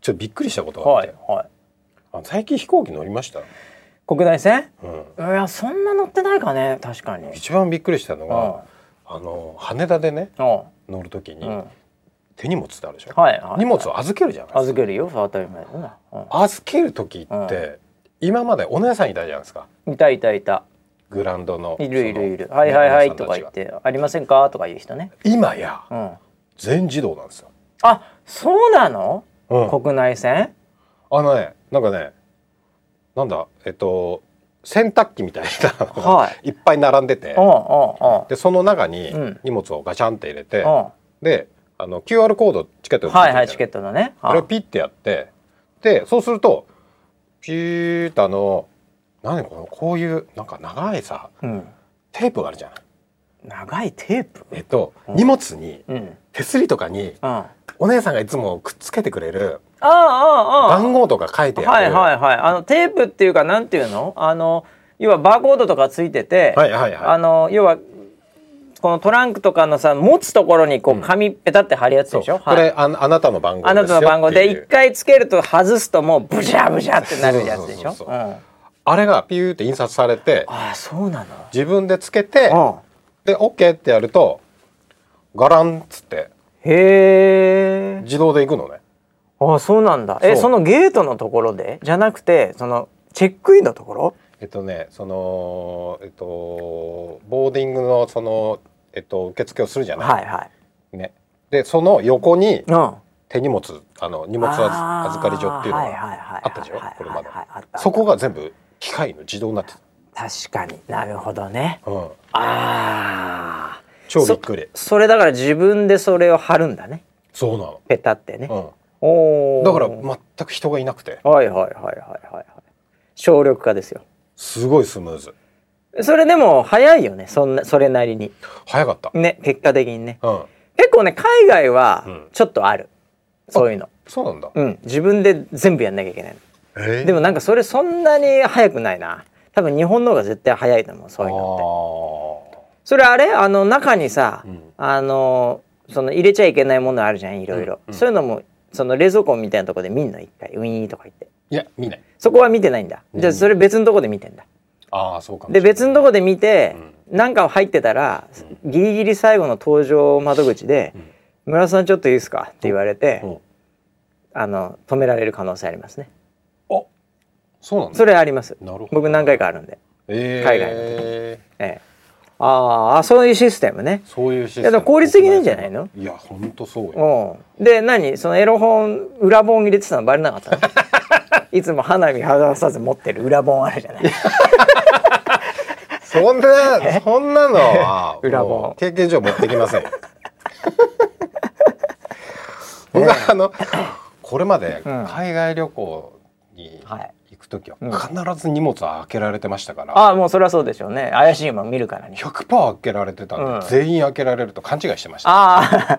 B: ちょっとびっくりしたこと
A: う
B: があっ
A: は
B: て、
A: いはい
B: あ最近飛行機乗りました、
A: 国内線
B: うん、
A: いやそんな乗ってないかね確かに
B: 一番びっくりしたの
A: うん
B: が、あの羽田でね
A: お
B: 乗るときに、
A: う、うん、
B: 手荷物ってあるでしょ、
A: はいはい
B: 荷物を預けるじゃないです
A: 預けるよ当たり前だな、うん
B: か預ける時って、今までお姉さんいたじゃないですか
A: いたいたいた
B: グランドの
A: いるいるいる
B: そ
A: 「
B: の
A: はいはいはい」
B: お
A: と
B: 姉
A: か
B: さんたち
A: 言
B: が
A: って「ありませんか?」とか言う人ね、
B: 今や
A: うん、
B: 全自動なんですよ、
A: あそうなの、
B: うん
A: 国内線
B: あのねなんかねなんだえっと洗濯機みたいなのが
A: はい
B: っ <laughs> ぱい並んでて
A: うんうんうん
B: でその中に
A: うん
B: 荷物をガチャンって入れて、
A: う
B: であの QR コードチケット
A: ん
B: について
A: は
B: る
A: いは
B: じゃない
A: いチケットだね
B: あれをピッてやってでそうするとピューってあの何このこういうなんか長いさ
A: うん、
B: テープがあるじゃない。
A: 長いテープ
B: えっと、
A: うん
B: 荷物に
A: うんうん
B: 手すりとかに
A: あ
B: お姉さんがいつもくっつけてくれる
A: あああ
B: 番号とか書いてあ
A: はい
B: る。
A: はいはいあのテープっていうかなんていうのあの要はバーコードとかついてて、
B: はいはい
A: あ
B: は
A: の要はこのトランクとかのさ持つところにこう紙ペタって貼るやつ
B: い。そ
A: で
B: う
A: しょ、
B: これああなたの番号ですよ。
A: あなたの番号で
B: っていう
A: 一回つけると外すともうブシャブシャってなるやつでしょ。
B: そうそうそ
A: う
B: うそ
A: ん
B: う
A: あ
B: あれがピューって印刷されて
A: あそうなの。
B: 自分でつけて
A: うん
B: でオッケーってやるとガランっつって
A: へえ
B: 自動で行くのね
A: あそうなんだえ
B: そう
A: そのゲートのところでじゃなくてそのチェックインのところ
B: えっとねそのえっとボーディングのそのえっと受付をするじゃない、
A: はいはい
B: ねでその横に
A: うん
B: 手荷物あの荷物
A: あー
B: 預預かり所っていうの
A: はいはい
B: が
A: はいはい
B: あったでしょ
A: はい
B: これまで
A: はいはいあった
B: そこが全部機械の自動になって
A: 確かになるほどね
B: た、うん、
A: ああ
B: 超びっくり
A: そそれだから自分でそれを貼るんだね
B: そうなの
A: ペタってね、
B: うん
A: おお
B: だから全く人がいなくて
A: はいはいはいはいはいはい省力化ですよ
B: すごいスムーズ
A: それでも早いよねそんなそれなりに
B: 早かった、
A: ね結果的にね
B: うん、
A: 結構ね海外は
B: うん
A: ちょっとある、そういうの
B: そうなんだ、
A: うん自分で全部やんなきゃいけないの
B: えー
A: でもなんかそれそんなに早くないな多分日本の方が絶対早いと思うそういうのってそれあれあの中にさ、
B: あーうん
A: あのその入れちゃいけないものあるじゃんいろいろ、
B: うんうん
A: そういうのもその冷蔵庫みたいなとこで見んの一回ウィーンとか言って
B: いや見ない
A: そこは見てないんだ、じゃあ
B: うん
A: それ別のとこで見てんだ
B: ああそうかもし
A: で
B: れない
A: 別のとこで見て、なんか入ってたら、ギリギリ最後の搭乗窓口で
B: うん
A: 「村田さんちょっといいですか?」って言われて、
B: うん
A: あの止められる可能性ありますね
B: あそうなんだ
A: それあります
B: なるほど
A: 僕何回かあるんで、海外
B: 海
A: の
B: え
A: ええ、ああそういうシステムね
B: ー、そういうシステ
A: い
B: ム
A: やでも効率的なんじゃないの
B: いやほんとそうよ
A: うんで何そのエロ本裏本入れてたのバレなか <laughs> ったのいつも花火離さず持ってる裏本あるじゃない
B: そんなそんなのは
A: <laughs> 裏本
B: もう経験上持ってきません
A: <laughs>
B: 僕はあのこれまで
A: うん
B: 海外旅行に
A: はい
B: 行く時は
A: うん
B: 必ず荷物は開けられてましたから、
A: ああもうそれはそうでしょうね怪しいもん見るからに
B: 100%開けられてたんで、
A: うん
B: 全員開けられると勘違いしてました
A: あ <laughs> あ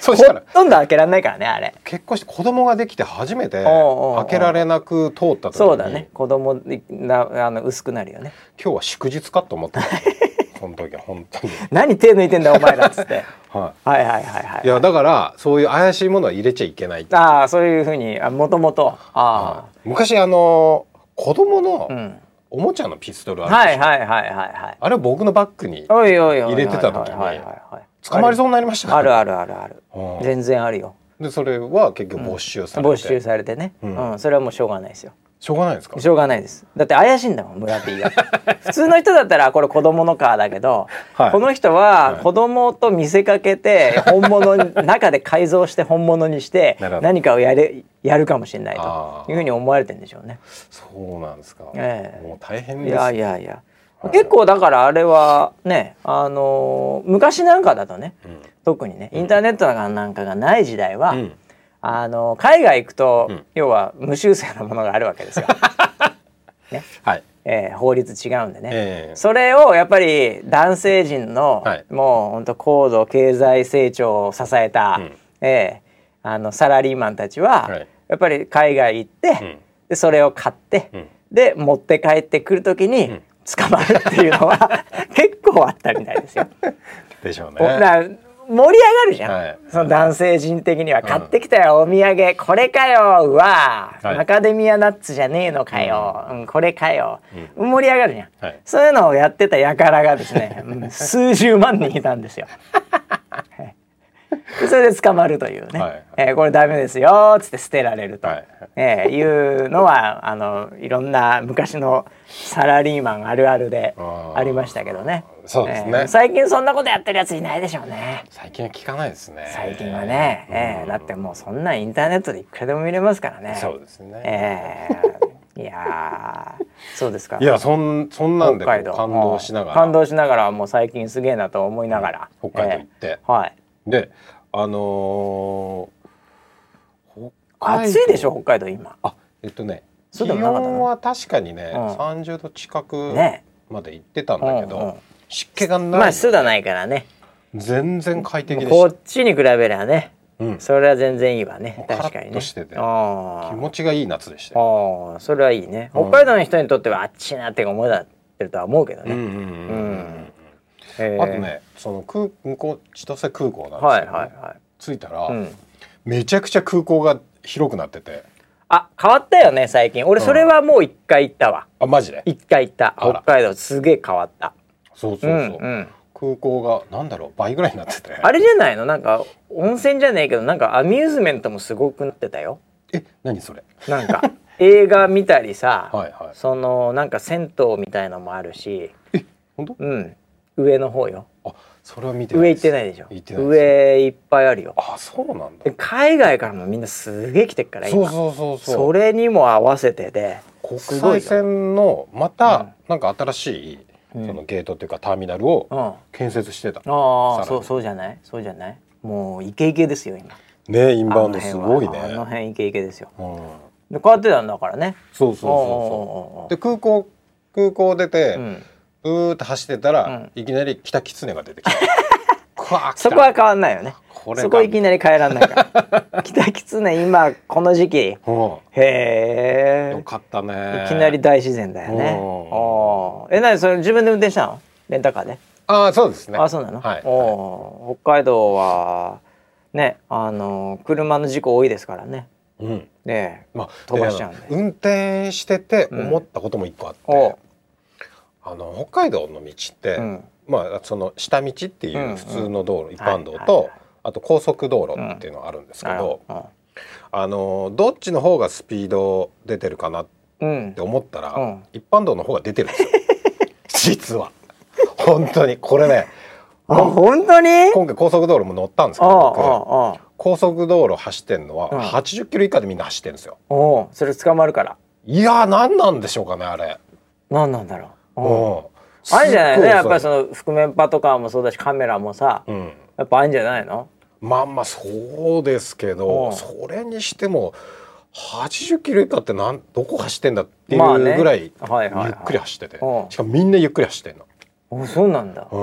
B: そした
A: ほ
B: ら
A: とんど開けらんないからねあれ
B: 結婚して子供ができて初めて
A: おうおうおう
B: 開けられなく通った時に
A: そうだね子供なあの薄くなるよね
B: 今日は祝日かと思ってたその時は本当に、
A: <laughs> 何手抜いてんだお前らっつって
B: は
A: <laughs> はいはいはいはい
B: い、いやだからそういう怪しいものは入れちゃいけない、
A: ああそういうふうにもともとあ
B: はい昔あの子供
A: あ、う
B: の
A: ん、
B: おもちゃのピストルあるでしょ
A: はいはいはいはいはい
B: あれを僕のバッグに
A: おいおいおい
B: 入れてた時
A: はい
B: に
A: はいはいはい
B: 捕まりそうになりました
A: ある
B: あ
A: あるあるある
B: る、
A: 全然あるよ
B: でそれは結局没収されて、
A: 募集されてね、
B: う
A: うんんそれはもうしょうがないですよ
B: しょうがないですか
A: しょうがないですだって怪しいんだもん村 P が <laughs> 普通の人だったらこれ子供のカーだけど、
B: はい
A: この人は子供と見せかけて本物に中で改造して本物にして
B: なるほど
A: 何かをやれやるかもしれない
B: あ
A: と
B: ー
A: いうふうに思われてんでしょうね
B: そうなんですか、
A: ええ
B: もう大変
A: い
B: です
A: やいやいや結構だからあれはねあのー昔なんかだとね
B: うん
A: 特にねインターネットなんかがない時代は、
B: うん
A: あの海外行くと、
B: うん
A: 要は無修正なものがあるわけですよ、
B: はい
A: えー法律違うんでね、
B: ええ
A: それをやっぱり男性陣の、
B: はい
A: もう本当高度経済成長を支えた、
B: うん
A: ええあのサラリーマンたちは、
B: はい
A: やっぱり海外行って、
B: うん
A: でそれを買って、
B: うん
A: で持って帰ってくるときに
B: うん
A: 捕まるっていうの
B: <laughs>
A: は、結構あったみたいですよ。
B: でしょうね
A: おだから盛り上がるじゃん、
B: はい
A: その男性陣的には買ってきたよ、お土産これかようわ、
B: はい
A: アカデミアナッツじゃねえのかよ、うんこれかよ、盛り上がるじゃん、
B: はい
A: そういうのをやってた輩がです
B: <laughs>
A: ねうん数十万人いたんですよ。はいでそれで捕まるというね、
B: はいはい
A: えーこれダメですよっつって捨てられると、
B: はい
A: えーいうのはあのいろんな昔のサラリーマンあるあるで
B: あー
A: ありましたけどね。
B: そうですね
A: えー最近そんなことやってるやついないでしょうね
B: 最近は聞かないですね
A: 最近はね、えーだってもうそんなんインターネットでいくらでも見れますからね
B: そうですね、
A: えーいやーそうですか
B: いやそんそんなんで
A: 北海道
B: 感動しなが
A: う
B: ら
A: ん感動しながらもう最近すげえなと思いながら、
B: 北海道行って
A: え、ーはい
B: であのー北海
A: 暑
B: 道
A: いでしょ北海道今
B: あえっとね
A: そ
B: 気
A: うでもなかったの
B: 温は確かにね、
A: うん
B: 30度近く
A: ね
B: まで行ってたんだけど、
A: うんうん
B: 湿気がない、
A: まあ湿度ないからね
B: 全然快適で
A: こ
B: し
A: っちに比べりゃね
B: た、うん、
A: それは全然いいわね
B: もう
A: 確かに
B: カラッと
A: ね
B: してて
A: あー
B: 気持ちがいい夏でしたよ、
A: ああそれはいいね
B: うん
A: 北海道の人にとってはあっちいなって思いだってるとは思うけど
B: うん
A: ね、
B: うんうんうん
A: え
B: うん、
A: ー
B: あとねその空向こう千歳空港なんですけど、
A: はいは
B: 着いたら、
A: いはい、うん、
B: めちゃくちゃ空港が広くなってて
A: あ変わったよね最近俺それはもう一回行ったわ
B: あマジで
A: 一回行った
B: あら
A: 北海道すげえ変わった
B: そうそうそう、
A: んうん
B: 空港がなんだろう倍ぐらいになってて
A: あれじゃないのなんか温泉じゃねえけどなんかアミューズメントもすごくなってたよ
B: え何それ
A: なん
B: <laughs>
A: か映画見たりさ、
B: はいはい
A: そのなんか銭湯みたいのもあるし
B: 本当
A: うん上の方よ
B: あそれは見て
A: 上行ってないいでしょ
B: 行ってないです
A: 上いっぱいあるよ
B: あそうなんだ
A: で海外からもみんなすげえ来てっから
B: そう
A: 今
B: そうそうそう
A: それにも合わせてで、
B: 国
A: すごい
B: 際
A: よ
B: 線のまたなんか新しい
A: うん
B: そのゲートっていうかターミナルを
A: うん、あ
B: 建設してた、
A: あ
B: さら
A: そ
B: に
A: うそうじゃないそうじゃないもうイケイケですよ今
B: ねイン
A: あ
B: バウ
A: の
B: ンドす
A: 辺は
B: ごいね
A: あの辺イケイケですよ
B: うん、
A: でこうやってたんだからね
B: そうそうそうそ
A: お
B: う
A: う
B: で空港空港出て、
A: おうおううん
B: ブーって走ってたら、
A: うん
B: いきなり北キツネが出てきた
A: <laughs>
B: クワー来た
A: そこは変わんないよね
B: これ
A: そこいきな
B: な
A: り帰らない
B: <laughs>
A: から。北キツネ今この時期へ
B: うん、よ
A: え
B: かったね
A: いきなり大自然だよね。
B: うん
A: おーえなにそれ自分で運転したの？レンタカーで？
B: ああそうですね
A: あそうなの？
B: はい
A: おー北海道はねあの車の事故多いですからね。
B: うん
A: ね
B: まあ、
A: 飛ばしちゃうんで
B: であの運転してて思ったことも一個あって、
A: うんおう
B: あの北海道の道って、
A: え。うん。
B: まあその下道っていう普通の道路、一般道と、
A: はいはいはい
B: あと高速道路っていうのがあるんですけ
A: なる
B: ど
A: ほ、ど。
B: あのどっちの方がスピード出てるかなっ
A: うんうん
B: て。思ったら、
A: うん
B: 一般道の方が出てるんです
A: <laughs>
B: よ実は本当にこれね
A: あ本当に？
B: 今回高速道路も乗ったんですけ
A: あ
B: ど
A: あ
B: 僕
A: ああ
B: 高速道路走ってんのは
A: うん
B: 80キロ以下でみんな走ってるんですよ。
A: おーそれ捕まるから。
B: いやー何なんでしょうかねあれ。
A: なんなんだろう。おー
B: うん
A: あれじゃない
B: すっご
A: ね
B: い
A: やっぱりその覆面パとかもそうだしカメラもさ
B: うん、
A: やっぱあるんじゃないの？
B: まあまあそうですけど、
A: うん
B: それにしても80キロ以下ってなんどこ走ってんだってい
A: まあね
B: うぐらいゆ
A: はいはいはい
B: っくり走ってて、
A: うん
B: しかもみんなゆっくり走ってんの。
A: おそうなんだ。
B: う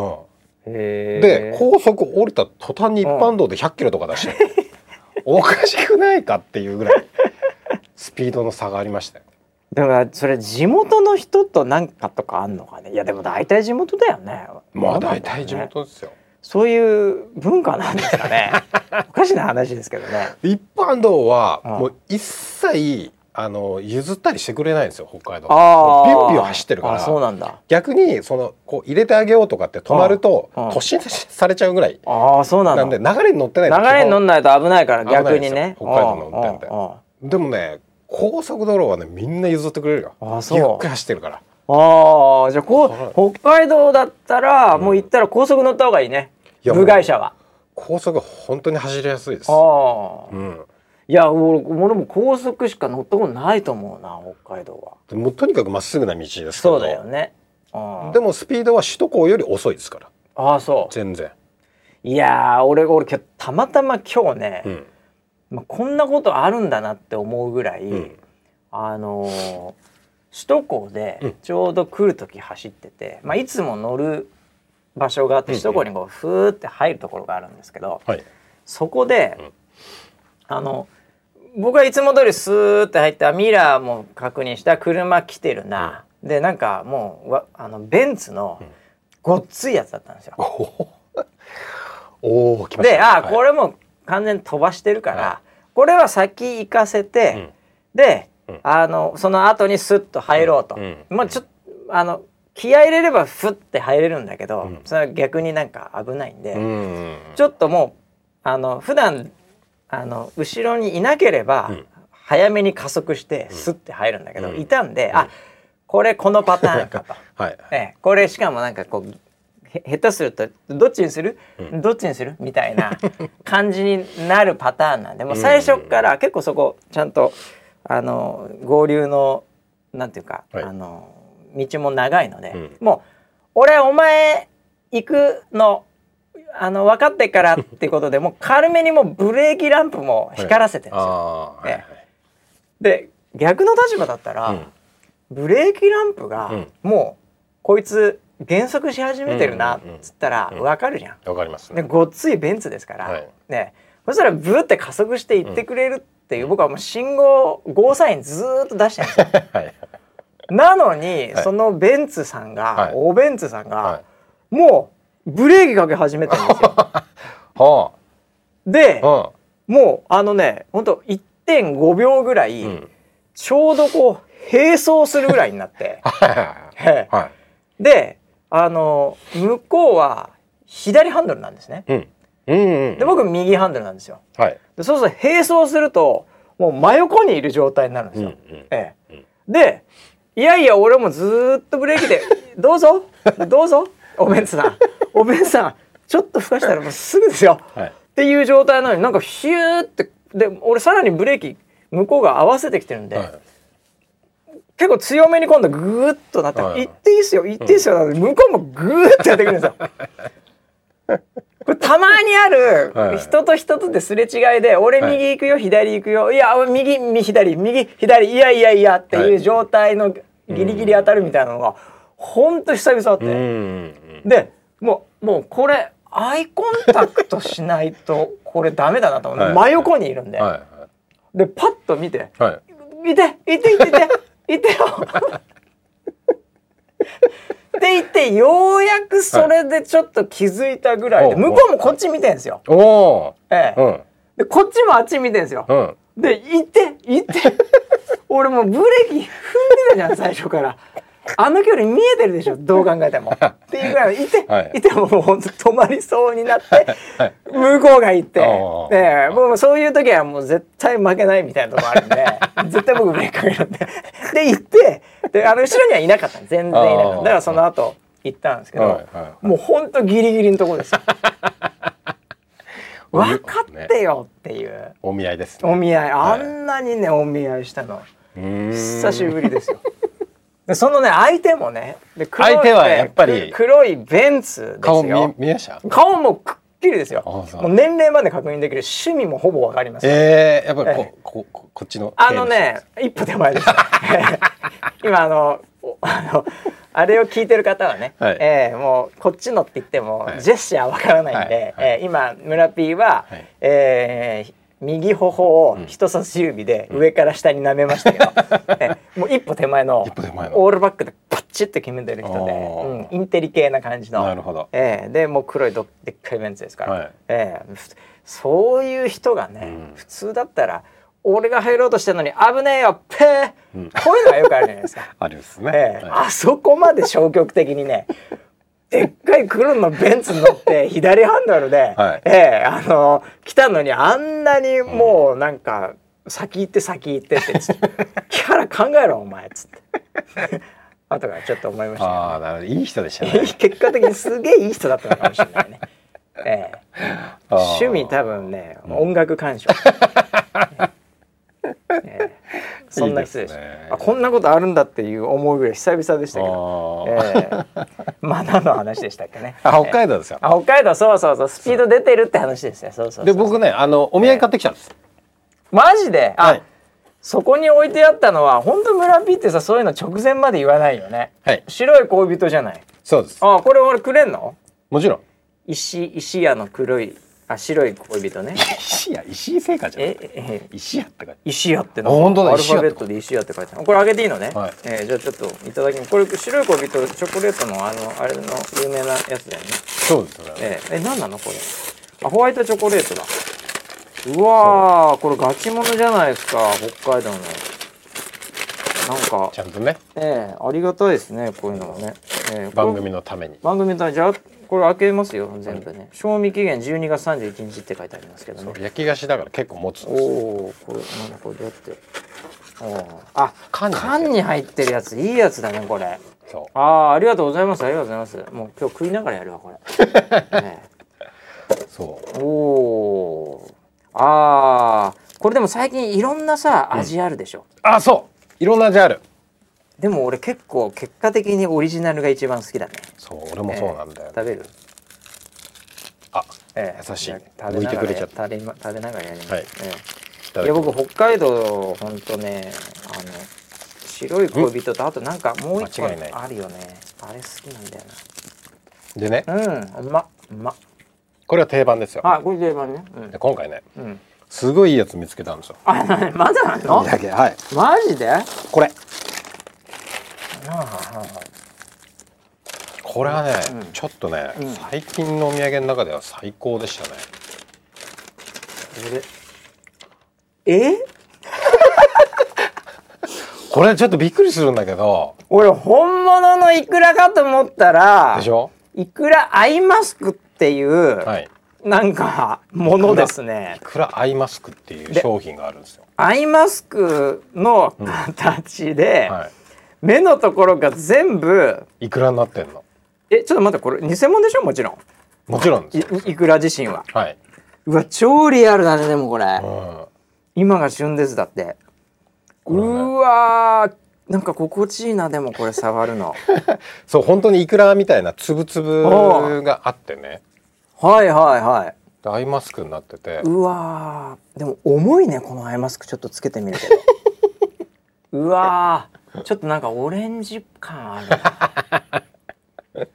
A: へ
B: ん、
A: え。
B: で高速降りた途端に一般道で100キロとか出してる、 <laughs> おかしくないかっていうぐらいスピードの差がありましたよ。
A: だからそれ地元の人となんかとかあんのかねいやでも大体地元だよね
B: まあ
A: どうな
B: 大
A: んだろうね
B: 体地元ですよ。
A: そういう文化なんですか
B: <laughs>
A: ねおかしな話ですけどね
B: 一般道は
A: うん
B: もう一切あの譲ったりしてくれないんですよ北海道
A: ああ
B: ビュンビュン走ってるか
A: あそう
B: ら
A: なんだ
B: 逆にそのこう入れてあげようとかって止まると
A: うんうん
B: 突進されちゃうぐらい
A: ああそうなんだ
B: なんで流れに乗ってない
A: 流れに乗んないと危ないから
B: 危ないで
A: 逆
B: すよ
A: にね
B: 北海道の運転って
A: うんうんうん
B: でもね高速道路はねみんな譲ってくれるよ
A: あ
B: ゆっ
A: そ
B: くり走ってるから
A: うああじゃあこ
B: そう
A: 北海道だったら
B: ん
A: もう行ったら高速乗った方がいいね
B: いや
A: 部外者は
B: 高速は本当に走りやすいです
A: ああ
B: うん
A: いや俺俺も高速しか乗ったことないと思うな北海道は
B: でもうとにかくまっすぐな道ですけど
A: そうだよねうん
B: でもスピードは首都高より遅いですから
A: ああそう
B: 全然
A: いやー俺俺今日たまたま今日ね、
B: うん
A: まあ、こんなことあるんだなって思うぐらい、
B: うん
A: あのー首都高
B: うん
A: でちょうど来る時走ってて、まあ、いつも乗る場所があって首都高にこうふーって入るところがあるんですけど
B: はい
A: そこで、
B: うん
A: あの僕はいつも通りスーって入ったミラーも確認した車来てるな、でなんかもうわあのベンツの
B: うん
A: ごっついやつだったんですよ。
B: おおお来ました
A: で、あー、
B: はい
A: これもう完全に飛ばしてるから、
B: は
A: これは先行かせて、
B: うん
A: で、
B: うん
A: あのその後にスッと入ろうと、
B: うん
A: まあちょっとあの気合い入れればフッて入れるんだけど、
B: うん
A: それは逆になんか危ないんで、
B: うん
A: ちょっともうあの普段あの後ろにいなければ、
B: うん
A: 早めに加速してスッて入るんだけど、
B: うん
A: いたんで、
B: う
A: あ
B: ん
A: これこのパターンか
B: <laughs>
A: と。
B: はい
A: ええ、これしかもなんかこうへ下手するとどっちにする、
B: う
A: どっちにするみたいな感じになるパターンなんで
B: <laughs>
A: もう最初から結構そこちゃんとあの合流のなんていうか、
B: はい
A: あの道も長いので、
B: うん
A: もう俺お前行くのあの分かってからってことでもう軽めにもうブレーキランプも光らせてるんですよ。
B: ああー、はいはい
A: で逆の立場だったら、ブレーキランプが
B: うん
A: もうこいつ減速し始めてるなっ
B: うんうんうん
A: つったら
B: うん
A: わかるじゃん。
B: うん、わかります
A: で
B: ね。
A: ごっついベンツですから、
B: はい
A: ねそしたらブーって加速して行ってくれるっていう、僕はもう信号ゴーサインずーっと出してるんで
B: <laughs>
A: すよ。
B: はい、
A: なのに、
B: はい
A: そのベンツさんが、
B: はい
A: おベンツさんが、
B: は
A: もうブレーキかけ始めてるんです
B: <laughs>
A: よ。
B: い、は
A: で
B: あ、は
A: もうあのねほんと1.5秒ぐら
B: あ、
A: い、
B: うん、
A: ちょうどこう並走する
B: <laughs>。
A: ぐらいになって
B: はい、
A: へえ
B: はい、
A: であの向こうは左ハンドルなんですね。
B: うん。うんうん。
A: で僕右ハンドルなんですよ。
B: はい。
A: でそうすると並走するともう真横にいる状態になるんですよ。
B: うんうん
A: ええ、でいやいや俺もずーっとブレー
B: <laughs>
A: キで「どうぞどうぞおべんさんおべんさんちょっとふかしたらもうすぐですよ」
B: はい
A: っていう状態なのになんかヒューってで俺さらにブレーキ向こうが合わせてきてるんで、
B: はい。
A: 結構強めに今度グーッとなって「
B: はい
A: 行っていいっすよ行っていいっすよ」なんて向こうもグーッてやってくるんですよ。これたまにあ
B: はい
A: る人と人とですれ違いで「俺
B: はい
A: 右行くよ左行くよいや右右左右左いやいやいや」って
B: はい
A: いう状態のギリギリ当たるみたいなのがほんと久々あっ
B: うんう
A: て
B: ん
A: でもうもうこれアイコンタクトしないとこれダメだなと思っ
B: は
A: て
B: い
A: 真横にいるん
B: う
A: で
B: ん。は
A: でパッと見て
B: い。はい。
A: いていていていていてよって言ってようやくそれでちょっと気づいたぐらいで
B: はい
A: 向こうもこっち見てんですよ。
B: おお
A: え
B: ー。
A: え、
B: うん。
A: でこっちもあっち見てんですよ
B: う。ん。
A: で「行って行
B: <laughs>
A: って」俺もうブレーキ踏んでたじゃん最初から。あの距離見えてるでしょどう考えても。っていうぐらいいて、
B: はい
A: い、てもうほんと止まりそうになって向こうが行って、
B: おー
A: ええもうそういう時はもう絶対負けないみたいなとこあるん
B: <laughs>
A: で絶対僕ブレーキかけるんで。で行ってであの後ろにはいなかった全然いなかっただからその後行ったんですけど、
B: はいはい
A: もうほんとギリギリのところです
B: <laughs>
A: よ。分かってよっていう。
B: お見合いですね。
A: お見合いあ
B: はい
A: んなにねお見合いしたの
B: うーん
A: 久しぶりですよ <laughs> でそのね相手もねで黒い
B: 相手はやっぱり
A: く黒いベンツですよ
B: 顔見
A: 顔
B: 見えました。
A: もくっきりですよ
B: あそう
A: もう年齢まで確認できる趣味もほぼわかります
B: ええやっぱり
A: え
B: ここここっちの。
A: あのね。一歩手前
B: <laughs>
A: です今あのおあのあれを聞いてる方はね、
B: はい
A: えーもうこっちのって言っても
B: はい
A: ジェスチャーわからないんで、
B: はいは
A: えー今村 P は、
B: はい
A: えー右頬を人差し指で上から下に舐めました
B: <laughs>
A: けど、えーもう一歩手前の
B: 一歩手前の
A: オールバックでパッチッと決めてる人で、
B: おー
A: うんインテリ系な感じの
B: なるほど
A: えーでもう黒いどでっかいベンツですから、
B: はい
A: えーふそういう人がね、
B: うん
A: 普通だったら俺が入ろうとしてるのに危ねえよペー、こういうのがよくあるじゃない
B: <laughs>、
A: ですか
B: あるですね。
A: えー
B: はい
A: あそこまで消極的にねでっかい黒のベンツ乗って左ハンドルで、
B: はい
A: えーあの来たのにあんなにもうなんか、先行って先行ってってつ
B: <laughs>
A: って「木原考えろお前」っつって後からちょっと思いましたけどね
B: ああなるほどいい人でしたね。
A: <laughs> 結果的にすげえいい人だったのかもしれないね。 <laughs> ええ、
B: あー
A: 趣味多分ね、音楽鑑
B: <laughs>
A: 賞。ええそんな人でした
B: いいですね
A: あこんなことあるんだっていう思うぐらい久々でしたけど。
B: あ
A: え
B: ー
A: え、まあ何の話でしたっけね。
B: あ北海道ですよ。
A: あ北海道そうそうそうスピード出てるって話ですね。そうそうそう
B: で僕ねあのお見合い買ってきたんです。
A: マジで、あ、
B: はい
A: そこに置いてあったのは本当村ピってさそういうの直前まで言わないよね。
B: はい
A: 白い恋人じゃない。
B: そうです。
A: あこれ俺くれんの？
B: もちろん。
A: 石石屋の黒いあ白い恋人ね
B: 石屋石井製菓じゃん
A: え。え
B: 石屋ってか。
A: 石屋ってな
B: あ本当だ
A: アルファベットで石屋って書いてあるこれあげていいのね、
B: はい
A: えーじゃあちょっといただきますこれ白い恋人チョコレートのあのあれの有名なやつだよね
B: そうですよね。
A: えー、え何なのこれあホワイトチョコレートだうわーこれガチものじゃないですか北海道のなんか
B: ちゃんとね
A: ええありがたいですねこういうのはね、えー
B: 番組のために。
A: 番組だじゃあこれ開けますよ全部ね賞味期限12月31日って書いてありますけどね
B: 焼き菓子だから結構持つんですよ。
A: おおこれなんだこれどうやっておーあ
B: 缶に入ってる
A: 缶に入ってるやついいやつだねこれ
B: そ
A: ああありがとうございますありがとうございますもう今日食いながらやるわこれ、
B: <laughs>
A: ね
B: うそう。
A: おおーあーこれでも最近いろんなさ味あるでしょ、
B: あそういろんな味ある。
A: でも俺結構結果的にオリジナルが一番好きだね
B: そう俺もそうなんだよ。
A: 食べる
B: あ
A: ええ
B: 優しい
A: 食べながら
B: 向いてくれちゃった
A: 食べま食べながらやります、
B: はい
A: え
B: い
A: え
B: た
A: い
B: だき
A: や
B: ます
A: 僕北海道ほんとねあの白い恋人とあとなんかもう一個
B: 間違いない
A: あるよねあれ好きなんだよ
B: でね
A: なうんうまっうまっ
B: これは定番ですよ。
A: あこれで今ね
B: で今回ね
A: うん、うん、
B: すごいいいやつ見つけたんですよ。
A: あなまだなの
B: お土産はい
A: マジで
B: これ
A: あ
B: これはね、
A: うん
B: ちょっとね、
A: うん
B: 最近のお土産の中では最高でしたね
A: ええ
B: これちょっとびっくりするんだけど
A: 俺本物のイクラかと思ったら
B: でしょ
A: いくらアイマスクっていう、
B: はい。
A: なんかものですね
B: いくらアイマスクっていう商品があるんですよ。
A: アイマスクの形で、
B: は
A: 目のところが全部
B: い。いくらになってんの？
A: えちょっと待ってこれ偽物でしょもちろん
B: もちろんですよ。
A: いいくら自身は
B: はい。
A: うわ超リアルだねでもこれ
B: うん。
A: 今が旬ですだって
B: れね
A: うわーなんか心地いいなでもこれ触るの <laughs>
B: そう本当にイクラみたいなつぶつぶがあってね。
A: はいはいはい
B: でアイマスクになってて、
A: うわーでも重いねこのアイマスクちょっとつけてみるけど <laughs> うわーちょっとなんかオレンジ感あるな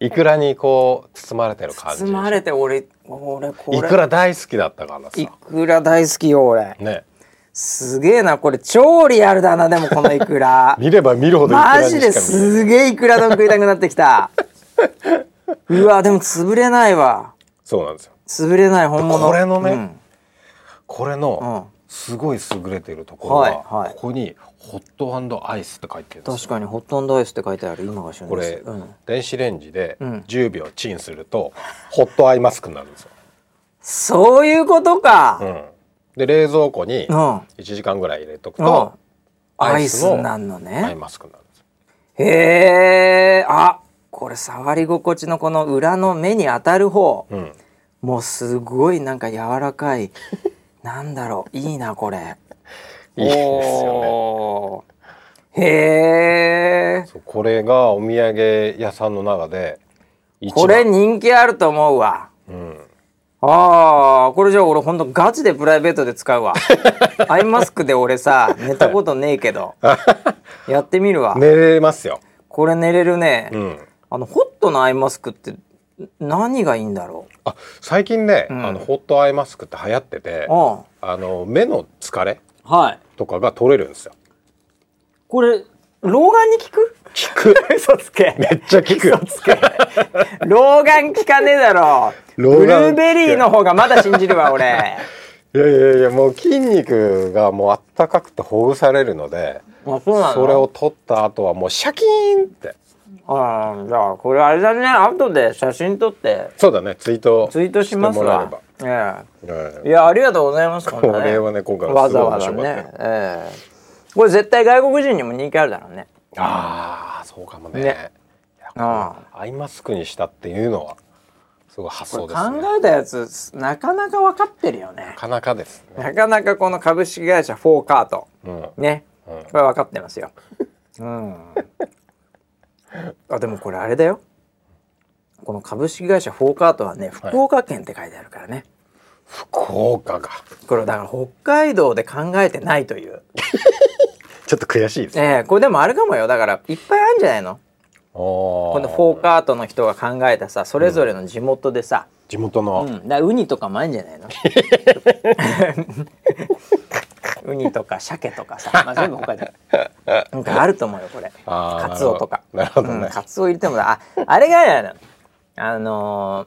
B: イクラにこう包まれてる感じ。
A: 包まれて俺俺これ
B: イクラ大好きだったから
A: い
B: さ。
A: くら大好きよ俺
B: ね。
A: すげえなこれ超リアルだなでもこのイクラ
B: <laughs> 見れば見るほどイクラ
A: マ
B: に
A: ジ
B: しか見え
A: で
B: ない。
A: すげえイクラ丼食いたくなってき
B: <laughs>
A: たうわでも潰れないわ
B: そうなんですよ。
A: 潰れない本物
B: これのね
A: うん
B: これ
A: うん
B: のすごい優れてるところは、
A: はいはい
B: ここにホットアイスって書いてるんです
A: 確
B: よ。
A: かにホットアイスって書いてある今が旬です
B: これ、
A: うん、
B: 電子レンジで
A: うん
B: 10秒チンすると、ホットアイマスクになるんですよ。
A: そういうこと
B: う
A: か、
B: ん、で冷蔵庫に
A: うんうん
B: 1時間ぐらい入れとくと、
A: ア
B: ア
A: イ
B: イ
A: ス
B: ス
A: に
B: の
A: なんの
B: アイ
A: ね
B: マスクになるんですよ。
A: へえあこれ触り心地のこの裏の目に当たる方、
B: うん、
A: もうすごいなんか柔らか
B: <laughs>
A: いなんだろういいなこれ
B: いいですよね。
A: よねへえ
B: そうこれがお土産屋さんの中で一番
A: これ人気あると思うわ
B: うん、
A: ああこれじゃあ俺ほんとガチでプライベートで使う
B: <laughs>
A: わアイマスクで俺さ寝たことねえけ
B: <laughs>
A: どやってみるわ、
B: 寝れますよ。
A: これ寝れるね、
B: うん、
A: あのホットのアイマスクって何がいいんだろ
B: あ最近ね、
A: うん
B: あのホットアイマスクって流行ってて
A: う、あ
B: あの目の疲れ
A: あはい
B: とかが取れるんですよ。
A: これ老眼に効く
B: 効く <laughs>
A: 嘘つ <laughs> け
B: めっちゃ効くよ。
A: 老眼効かねえだろ
B: 老眼
A: ブルーベリーの方がまだ信じるわ <laughs> 俺
B: いやいやいやもう筋肉がもうあったかくてほぐされるので
A: あそうなの
B: それを取った後はもうシャキーンって
A: ああじゃあこれあれだね後で写真撮って
B: そうだねツイート
A: ツイートします
B: てもらえ
A: わ
B: ば
A: え
B: うん
A: えいやありがとうございますこんな
B: これはね今回
A: わ
B: はす
A: ざ
B: ごい
A: わ
B: 面
A: ざ
B: 白かったよ
A: ね、ええこれ絶対外国人にも人気あるだろうね
B: ああそうかもね
A: ね
B: いやこれ
A: あ
B: アイマスクにしたっていうのはすごい発
A: これ
B: 想
A: 考
B: ですねな
A: えたやつなかなか分かってるよね
B: かなかですね
A: なかなかこの株式会社フォーカート
B: うん
A: ね、
B: うん
A: これ分かってますようん <laughs> あでもこれあれだよこの株式会社フォーカートはね福岡県って書いてあるからね、
B: 福岡が
A: これだから北海道で考えてないという
B: ちょっと悔しいです
A: ええこれでもあれかもよだからいっぱいあるんじゃないの
B: こ
A: このフォーカートの人が考えたさそれぞれの地元でさ、
B: 地元
A: う
B: の
A: んだからウニとかもあるんじゃない
B: <laughs>
A: のウニとか鮭とかさ、まあ、全部
B: <laughs>
A: 他でなんかあると思うよこれ
B: あー
A: カツオとか
B: なるほどなるほどね
A: うん、カツオ入れてもだああれがあるあの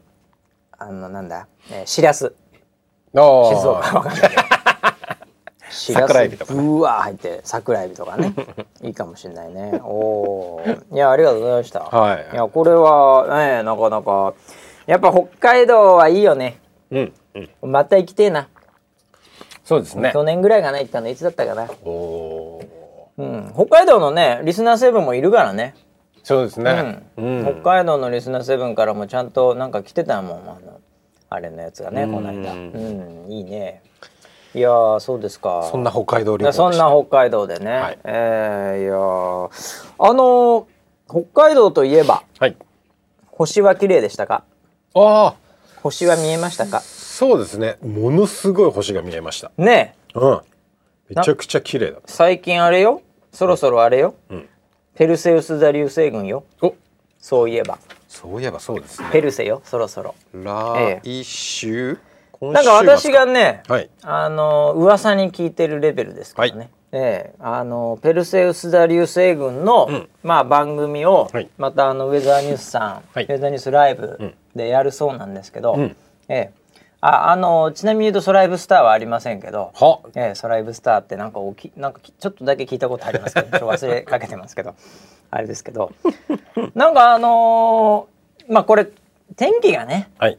A: ー、あのなんだ、えー、シラス
B: 静
A: 静岡わかんないけどシラス
B: 桜エビとかね
A: うわー入って桜エビとか
B: <laughs>
A: ねいいかもしれないねおーいやありがとうございました、
B: はい
A: いやこれはねなかなかやっぱ北海道はいいよね
B: うんうん
A: また行きてえな、
B: そうですね
A: 去年ぐらいかな行ったのいつだったかな
B: おお
A: うん北海道のねリスナーセブンもいるからね、
B: ーそうですね
A: うん
B: うん
A: 北海道のリスナーセブンからもちゃんとなんか来てたもんあのあれのやつがねこの間う、
B: うん
A: いいねいやーそうですか
B: そんな北海道
A: い
B: 旅行
A: や
B: でし
A: そん
B: た
A: な北海道でね、
B: はい
A: えーいやーあのー北海道といえば
B: はい
A: 星は綺麗でしたか
B: ああ
A: 星は見えましたか
B: そうですねものすごい星が見えました
A: ねえ
B: うんめちゃくちゃ綺麗だった
A: 最近あれよそろそろあれよ、
B: うん
A: ペルセウス座流星群よ
B: お
A: そういえば
B: そういえばそうですね
A: ペルセよそろそろえ
B: 来週、今
A: なんか私がね、
B: はい
A: あの噂に聞いてるレベルですからね、
B: はい
A: ええあのペルセウス座流星群の、
B: ん
A: まあ、番組を、
B: はい
A: またあのウェザーニュースさん、
B: はい
A: ウェザーニュースライブ
B: ん
A: でやるそうなんですけど、
B: うん
A: ええああのちなみに言うとソライブスターはありませんけど、
B: は
A: ええ、ソライブスターってなんかおきなんかきちょっとだけ聞いたことあります
B: <laughs>
A: けどちょっと忘れかけてますけどあれですけどなんかあのーまあこれ天気がね、
B: はい。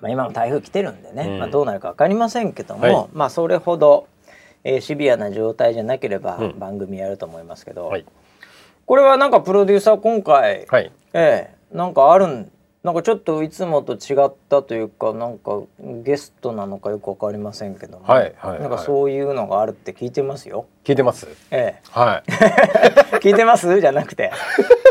A: まあ、今も台風来てるんでね、
B: うん
A: まあ、どうなるか分かりませんけども、
B: はい
A: まあそれほど、えーシビアな状態じゃなければ
B: うん
A: 番組やると思いますけど、
B: はい。
A: これはなんかプロデューサー今回、
B: はい。
A: ええなんかあるんなんかちょっといつもと違ったというかなんかゲストなのかよく分かりませんけども、
B: はいはいはい
A: なんかそういうのがあるって聞いてますよ。
B: 聞いてます。
A: ええ <laughs>
B: はい。 <laughs>
A: 聞いてますじゃなくて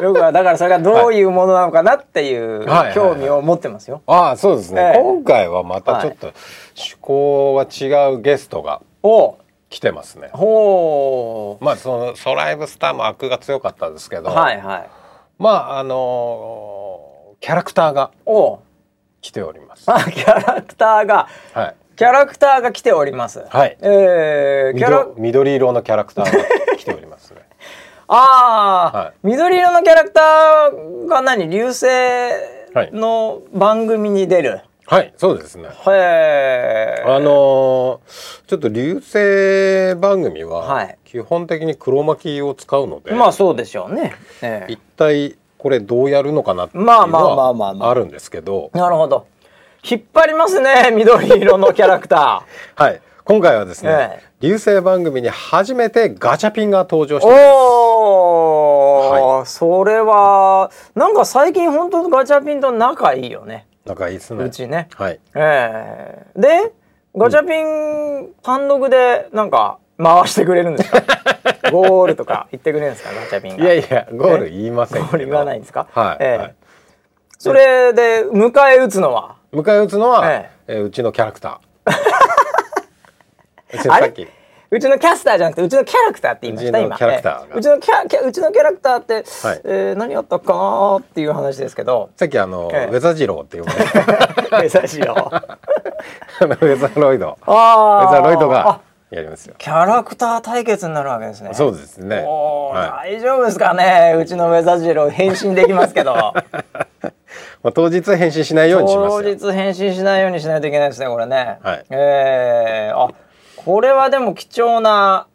A: 僕はだからそれがどういうものなのかなっていう
B: はい
A: 興味を持ってますよ。
B: ああ、そうですね、
A: ええ
B: 今回はまたちょっと趣向は違うゲストが
A: おう
B: 来てますね。
A: ほ
B: まあそのソライブスターも悪が強かったですけ
A: う
B: ど、
A: はいはい
B: まああのーキャラクターが
A: おう
B: 来ております。は
A: あキャラクターが
B: い。
A: キャラクターが来ております。
B: はい
A: えー、キャラ
B: 緑緑色のキャラクター
A: <laughs>
B: が来ておりますね。
A: ああ、
B: はい
A: 緑色のキャラクターが何流星の番組に出る。
B: はい、そうですね。
A: へ
B: あのーちょっと流星番組
A: は
B: はい基本的に黒巻きを使うので、
A: え。まあそうでしょうね。ええ
B: 一体これどうやるのかなっていうの
A: まあまあまあまあまあ
B: はあるんですけど、
A: なるほど。引っ張りますね <laughs> 緑色のキャラクター。
B: はい、今回はですね、
A: え
B: 流星番組に初めてガチャピンが登 <laughs> 場して
A: おお、それはなんか最近本当ガチャピンと仲いいよね
B: なんかいいですね
A: うちね。
B: はい
A: ええでガチャピン単独でなんか回してくれるん
B: <laughs>
A: ですかゴールとか言ってくれるんですかガチャピン
B: い
A: が。
B: やいやゴール言いませんけど
A: ゴール言わないんですか
B: はい、
A: ええ
B: はい
A: それで迎え撃つのは
B: 迎え撃つのは、
A: え
B: えーうちのキャラクタ
A: <laughs>
B: ーうちの
A: あ
B: さっ
A: れ
B: き
A: うちのキャスターじゃなくてうちのキャラクターって言いました
B: うちの
A: 今
B: キャラクターが
A: ええうちのキャキャうちのキャラクターって、
B: はい
A: えー何やったかなーっていう話ですけど
B: さっきあの、
A: ええ
B: ウェザジローっ
A: <laughs>
B: て呼ばれて
A: 優しい
B: <laughs>
A: よ
B: あのウェザーロイド。ウ
A: あ
B: ェ
A: ー
B: ザーロイド
A: あ
B: がやりますよ。
A: キャラクター対決になるわけですね
B: そうですね。
A: おー
B: はい。
A: 大丈夫ですかねうちのウェザジロー変身できますけ
B: <laughs>
A: ど
B: まあ当日返信しないようにします
A: 当
B: よ。
A: 日変身しないようにしないといけないですねこれね、
B: はい
A: えーあこれはでも貴重な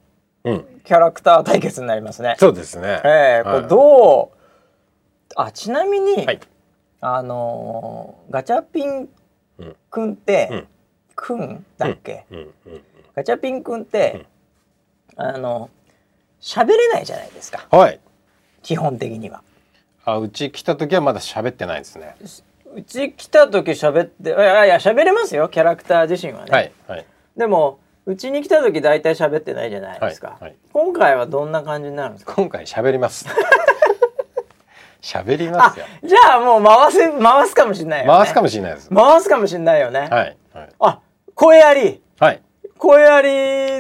B: うん。
A: キャラクター対決になりますね
B: そうですね。
A: えー
B: はい
A: これどうあちなみに、
B: はい
A: あのーガチャピンくんって、
B: うん
A: くんだっけ、
B: うんうん
A: ガチャピンくんって、あの喋れないじゃないですか
B: うん。はい。
A: 基本的には。
B: あうち来た時はまだ喋ってないですね。
A: うち来た時喋っていやいや喋れますよキャラクター自身はね、
B: はいはい。
A: でもうちに来た時大体喋ってないじゃないですか、
B: はいはい
A: 今回はどんな感じになるんですか
B: 今回喋
A: <laughs>
B: ります。喋りますよ。
A: じゃあもう回せ回すかもしれないよ、ね、
B: 回すかもしれないです。
A: 回すかもしれないよね、
B: はいはい
A: あ声あり
B: はい。
A: 声あり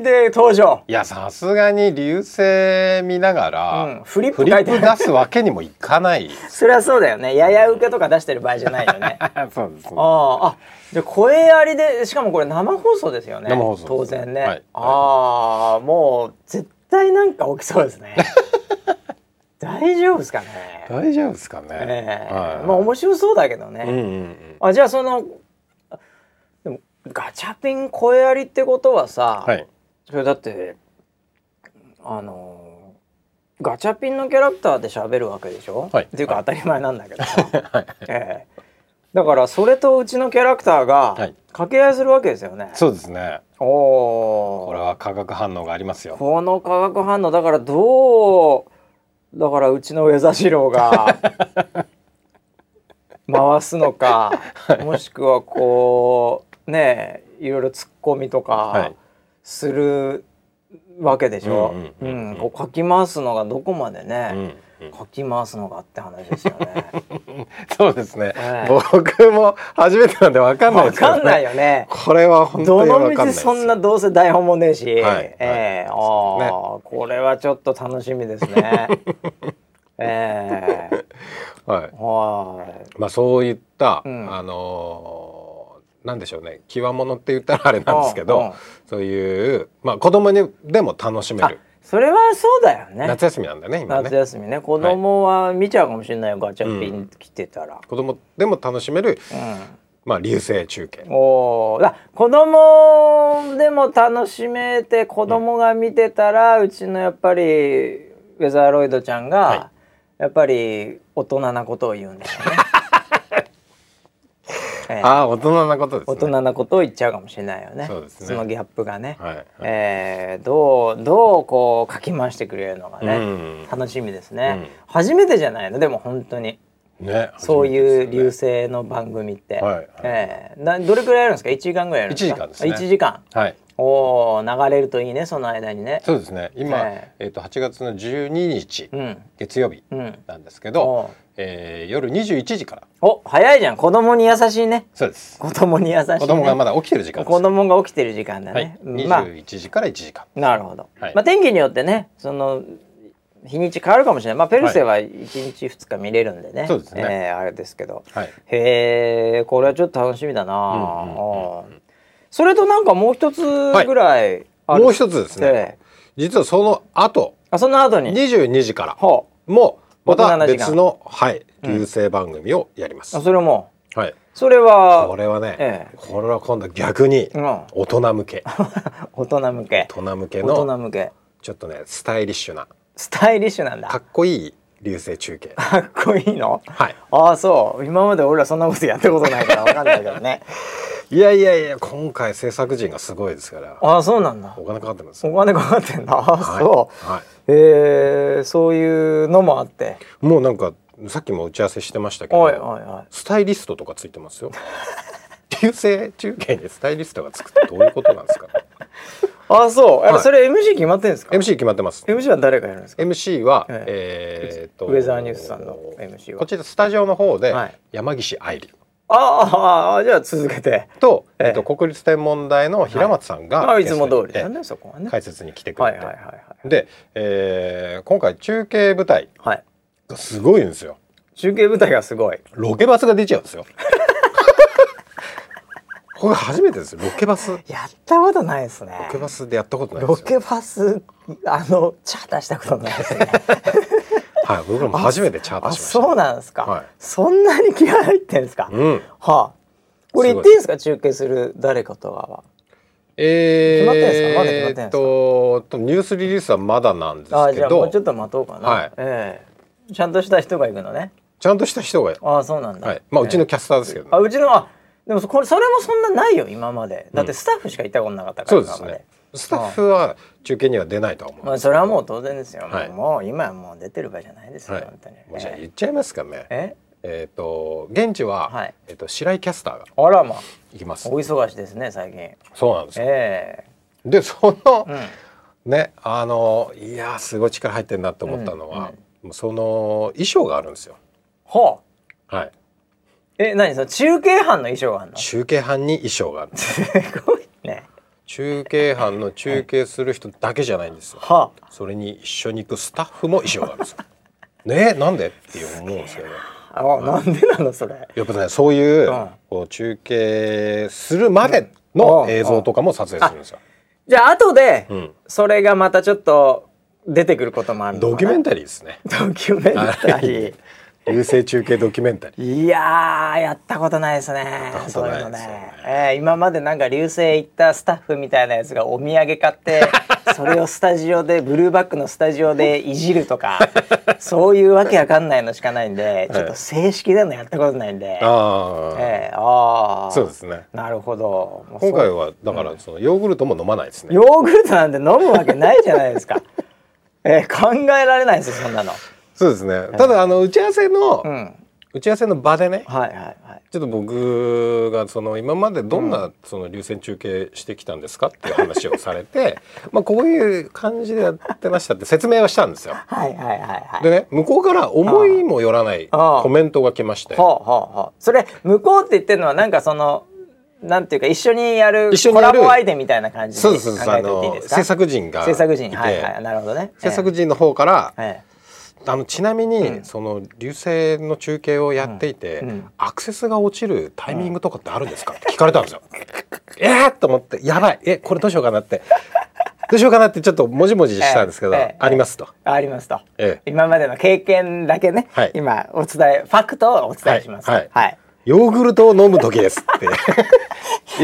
A: で登場
B: いやさすがに流星見ながら、
A: うんフリップ
B: フリ
A: 書い
B: ッ
A: て
B: プ出すわけにもい
A: <laughs>
B: かない。
A: そりゃそうだよねやや受けとか出してる場合じゃないよ
B: <laughs>
A: ねあ
B: そうですね。
A: ああじゃあ声ありでしかもこれ生放送ですよね
B: 生放送です
A: 当然ね、
B: はい
A: ああもう絶対なんか起きそうです
B: <laughs>
A: ね大丈夫ですかね
B: 大丈夫ですかね。
A: ええ
B: はい
A: まあ面白そうだけどね、
B: うんうんうん。
A: あじゃあそのあでもガチャピン声ありってことはさ、
B: はい。
A: それだってあのーガチャピンのキャラクターで喋るわけでしょ、
B: はい
A: っていうか
B: は
A: 当たり前なんだけど、
B: <laughs> はい。
A: ええだからそれとうちのキャラクターが
B: はい
A: 掛け合いするわけですよね。
B: そうですね。
A: お
B: こ
A: お
B: れは化学反応がありますよ。
A: この化学反応だからどうだからうちのウェザシロー
B: <laughs>
A: が回すのか、もしくはこうねえいろいろツッコミと
B: は
A: か
B: い
A: するわけでしょ
B: うんうんうんうん
A: うんこうかき回すのがどこまで
B: う
A: ね、
B: ん、
A: かき回すのかって話ですよ
B: <laughs>
A: ね。
B: そうですね、
A: はい
B: 僕も初めてなんでわかんない
A: わ
B: ですけど
A: か
B: ね、
A: んないよね。
B: これは本当
A: ど
B: にわかん
A: の
B: ないです
A: 道
B: よ
A: そんなどうせ台本もねえし、
B: はい
A: ええああこれはちょっと楽しみです
B: <laughs>
A: ね。ええ
B: はい
A: はい。
B: まあそういった、
A: うん
B: あのーなんでしょうね極物って言ったらあれなんですけど、
A: うんうん
B: そういうまあ子供にでも楽しめ
A: あ
B: る、
A: それはそうだよね。
B: 夏休みなんだね今
A: 夏
B: ね
A: 休みね、子供は見ちゃうかもしれないよ、ガチャピ
B: う
A: ン来てたら。
B: 子供でも楽しめる
A: う
B: まあ流星中継
A: ん。おお、だ、子供でも楽しめて、子供が見てたら、うちのやっぱり。ウェザーロイドちゃんが、
B: は <laughs>
A: やっぱり大人なことを言うんですよね。えー
B: ああ大人なことですね
A: 大人なことを言っちゃうかもしれないよね
B: そうですね
A: のギャップがね、
B: はいはい
A: えーどうどうこうかき回してくれるのがね、
B: うん
A: 楽しみですね、
B: う
A: 初めてじゃないのでも本当に
B: ね
A: そういう流
B: 星
A: 星の番組って、
B: はいはい
A: えーなどれくらいあるんですか1時間ぐらいあるんですか
B: 一時間ですね
A: 1時間
B: はい
A: おー流れるといいねその間にね
B: そうですね今、
A: え
B: えっ、と8月の12日、
A: うん
B: 月曜日
A: うん
B: なんですけ
A: お
B: ど
A: う、
B: えー、夜21時から
A: お早いじゃん子供に優しいね
B: そうです
A: 子供に優しい、ね、
B: 子供がまだ起きてる時間です
A: 子供が起きてる時間だ
B: はい
A: ね、、うんまあ
B: 21時から1時間、
A: なるほど、
B: はい
A: まあ天気によってねその日にち変わるかもしれないまあペルセは1日2日見れるんでね、
B: そうですね
A: えーあれですけど
B: はい、
A: へえこれはちょっと楽しみだな、
B: うんうんうん
A: うんそれとなんかもう一つぐらいある
B: もう一つですね、
A: ええ
B: 実はその後
A: あその後に
B: 22時から
A: ほう
B: もまた
A: 大人な時間
B: 別の、はい、流星番組をやります、
A: あそれも
B: はい、
A: それは
B: これはね、
A: ええ
B: これは今度逆に
A: うん
B: 大人向け
A: 大人向け
B: 大人向け
A: 大人
B: の
A: 向け
B: ちょっとねスタイリッシュな
A: スタイリッシュなんだ
B: かっこいい流星中継
A: かっこいいの
B: はい
A: ああそう今まで俺らそんなことやったことないからわかんないけど
B: <laughs>
A: ね
B: いやいやいや今回制作陣がすごいですから
A: ああそうなんだ
B: お金かかってます
A: お
B: よ
A: 金かかってんだああそう、
B: はいは
A: えー、そういうのもあって
B: い、もうなんかさっきも打ち合わせしてましたけ
A: おいお
B: ど
A: いおい
B: スタイリストとかついてますよ流星中継にスタイリストがつくってどういうことなんです
A: <laughs>
B: か
A: あそう、あれ
B: はい
A: それ MC 決まってんですか
B: MC 決まってます
A: MC は誰がやるんですか
B: MC は、
A: え
B: えーっと
A: ウェザーニュースさんの MC は
B: こちらスタジオの方で、
A: はい
B: 山岸愛理
A: ああああじゃあ続けて
B: と,、
A: ええ
B: えーっと国立天文台の平松さんが、
A: あいつも通りだよ
B: ゲストに
A: ねそこはね
B: ええ
A: はい
B: 解説に来てく
A: は
B: れ
A: い
B: て、
A: はいはい
B: で、えー今回中継舞台
A: はい
B: がすごいんですよ
A: 中継舞台がすごい
B: ロケバスが出ちゃうんです
A: <laughs>
B: よこれ初めてですよロケバスロ
A: やったことないですね
B: ケバスでやったことないで
A: ロ
B: すよ
A: ケバスあのチャーターしたことないですね
B: はい僕らも <laughs> 初めてチャーター
A: あ
B: しました
A: そうなんですか、
B: はい
A: そんなに気合入ってんですか、
B: うん
A: はあこれ言っていいんですか中継する誰かとかは
B: え
A: 決まってんすかまだ決ま
B: ー、
A: ってんすか
B: えーっとニュースリリースはまだなんですけど
A: あじゃあもうちょっと待とうかな、
B: はい
A: ええちゃんとした人が行くのね
B: ちゃんとした人が、
A: ああそうなんだ、
B: はい、まあうちのキャスターですけど、ね
A: あうちのあでもそこれそれもそんなないよ今までだってスタッフしか行ったことなかったか
B: そ
A: ら、
B: うです
A: 今ま
B: ねスタッフは中継には出ないとは思うん
A: まあ
B: です
A: それはもう当然ですよ、
B: はい
A: もうもう今はもう出てる場合じゃないですよ、
B: はい
A: 本当に
B: もうじゃあ
A: え
B: 言っちゃいますかね
A: ええ
B: えーっと現地は、
A: はい
B: えーっと白井キャスターが
A: あらまあ
B: 行きます
A: お忙しいですね最近え
B: そうなんですよ
A: え
B: でその、
A: うん
B: ねあのいやーすごい力入ってるなと思ったのは、もうその衣装があるんですよ。
A: ほう
B: はい、
A: え何その中継班の衣装があるのす
B: 中継班に衣装があるんです
A: ごいね
B: 中継班の中継する人だけじゃないんですよ。
A: は
B: それに一緒に行くスタッフも衣装があるんです
A: <laughs>
B: よ。ねなんでって思うんですけど、ね、
A: ああなんでなのそれ
B: やっぱねそういう,、
A: うん
B: こう中継するまで
A: う
B: の
A: ん
B: 映像とかも撮影するんですよ。
A: じゃあ後で、
B: うん
A: それがまたちょっと出てくることもあるの
B: ドキュメンタリーですね。
A: ドキュメンタリー。
B: 流星中継ドキュメンタリー。
A: いやーやったことないですね
B: った。こと
A: そうい
B: な
A: う
B: い
A: の
B: ですよ
A: ね
B: ね。
A: えー今までなんか流星行ったスタッフみたいなやつがお土産買
B: <laughs>
A: って、それをスタジオでブルーバックのスタジオでいじるとか、そういうわけわかんないのしかないんで、ちょっと正式なのやったことないんで。
B: <laughs> ああ、
A: えー、ああ。
B: そうですね。
A: なるほど。もうそう
B: 今回はだからそのヨーグルトも飲まないですね。
A: ヨーグルトなんて飲むわけないじゃないですか。えー、考えられないですよそんなの。
B: そうですね。ただあの打ち合わせの、
A: うん。はい
B: 打ち合わせの場でね、
A: はい
B: <laughs>
A: はい。
B: ちょっと僕がその今までどんなその流線中継してきたんですかっていう話をされて、 <laughs> まあこういう感じでやってましたって説明はしたんですよ。
A: はいはいはいはい。
B: でね向こうから思いもよらない
A: ああ
B: コメントが来まして、
A: ほうほうほうそれ向こうって言ってるのはなんかそのなんていうか一緒にやる
B: 一緒に
A: コ
B: や
A: ラ
B: る
A: ボ相手みたいな感じで
B: そ
A: 考えて
B: うですそうで
A: お
B: すあ
A: いていい
B: の
A: ですか
B: 制作陣がいて
A: 制作人はいはいなるほどね
B: 制作陣の方から、
A: えええ
B: あのちなみに、その流星の中継をやっていて、アクセスが落ちるタイミングとかってあるんですか、って聞かれたんですよ。 <laughs> えー、と思ってやばいえこれどうしようかなってどうしようかなってちょっともじもじしたんですけど、
A: ええええ
B: ありますと。
A: えありますと、
B: ええ
A: 今までの経験だけね、
B: はい
A: 今お伝えファクトをお伝えします
B: は
A: はいい、
B: はいヨーグルトを飲む時
A: <laughs>
B: ですって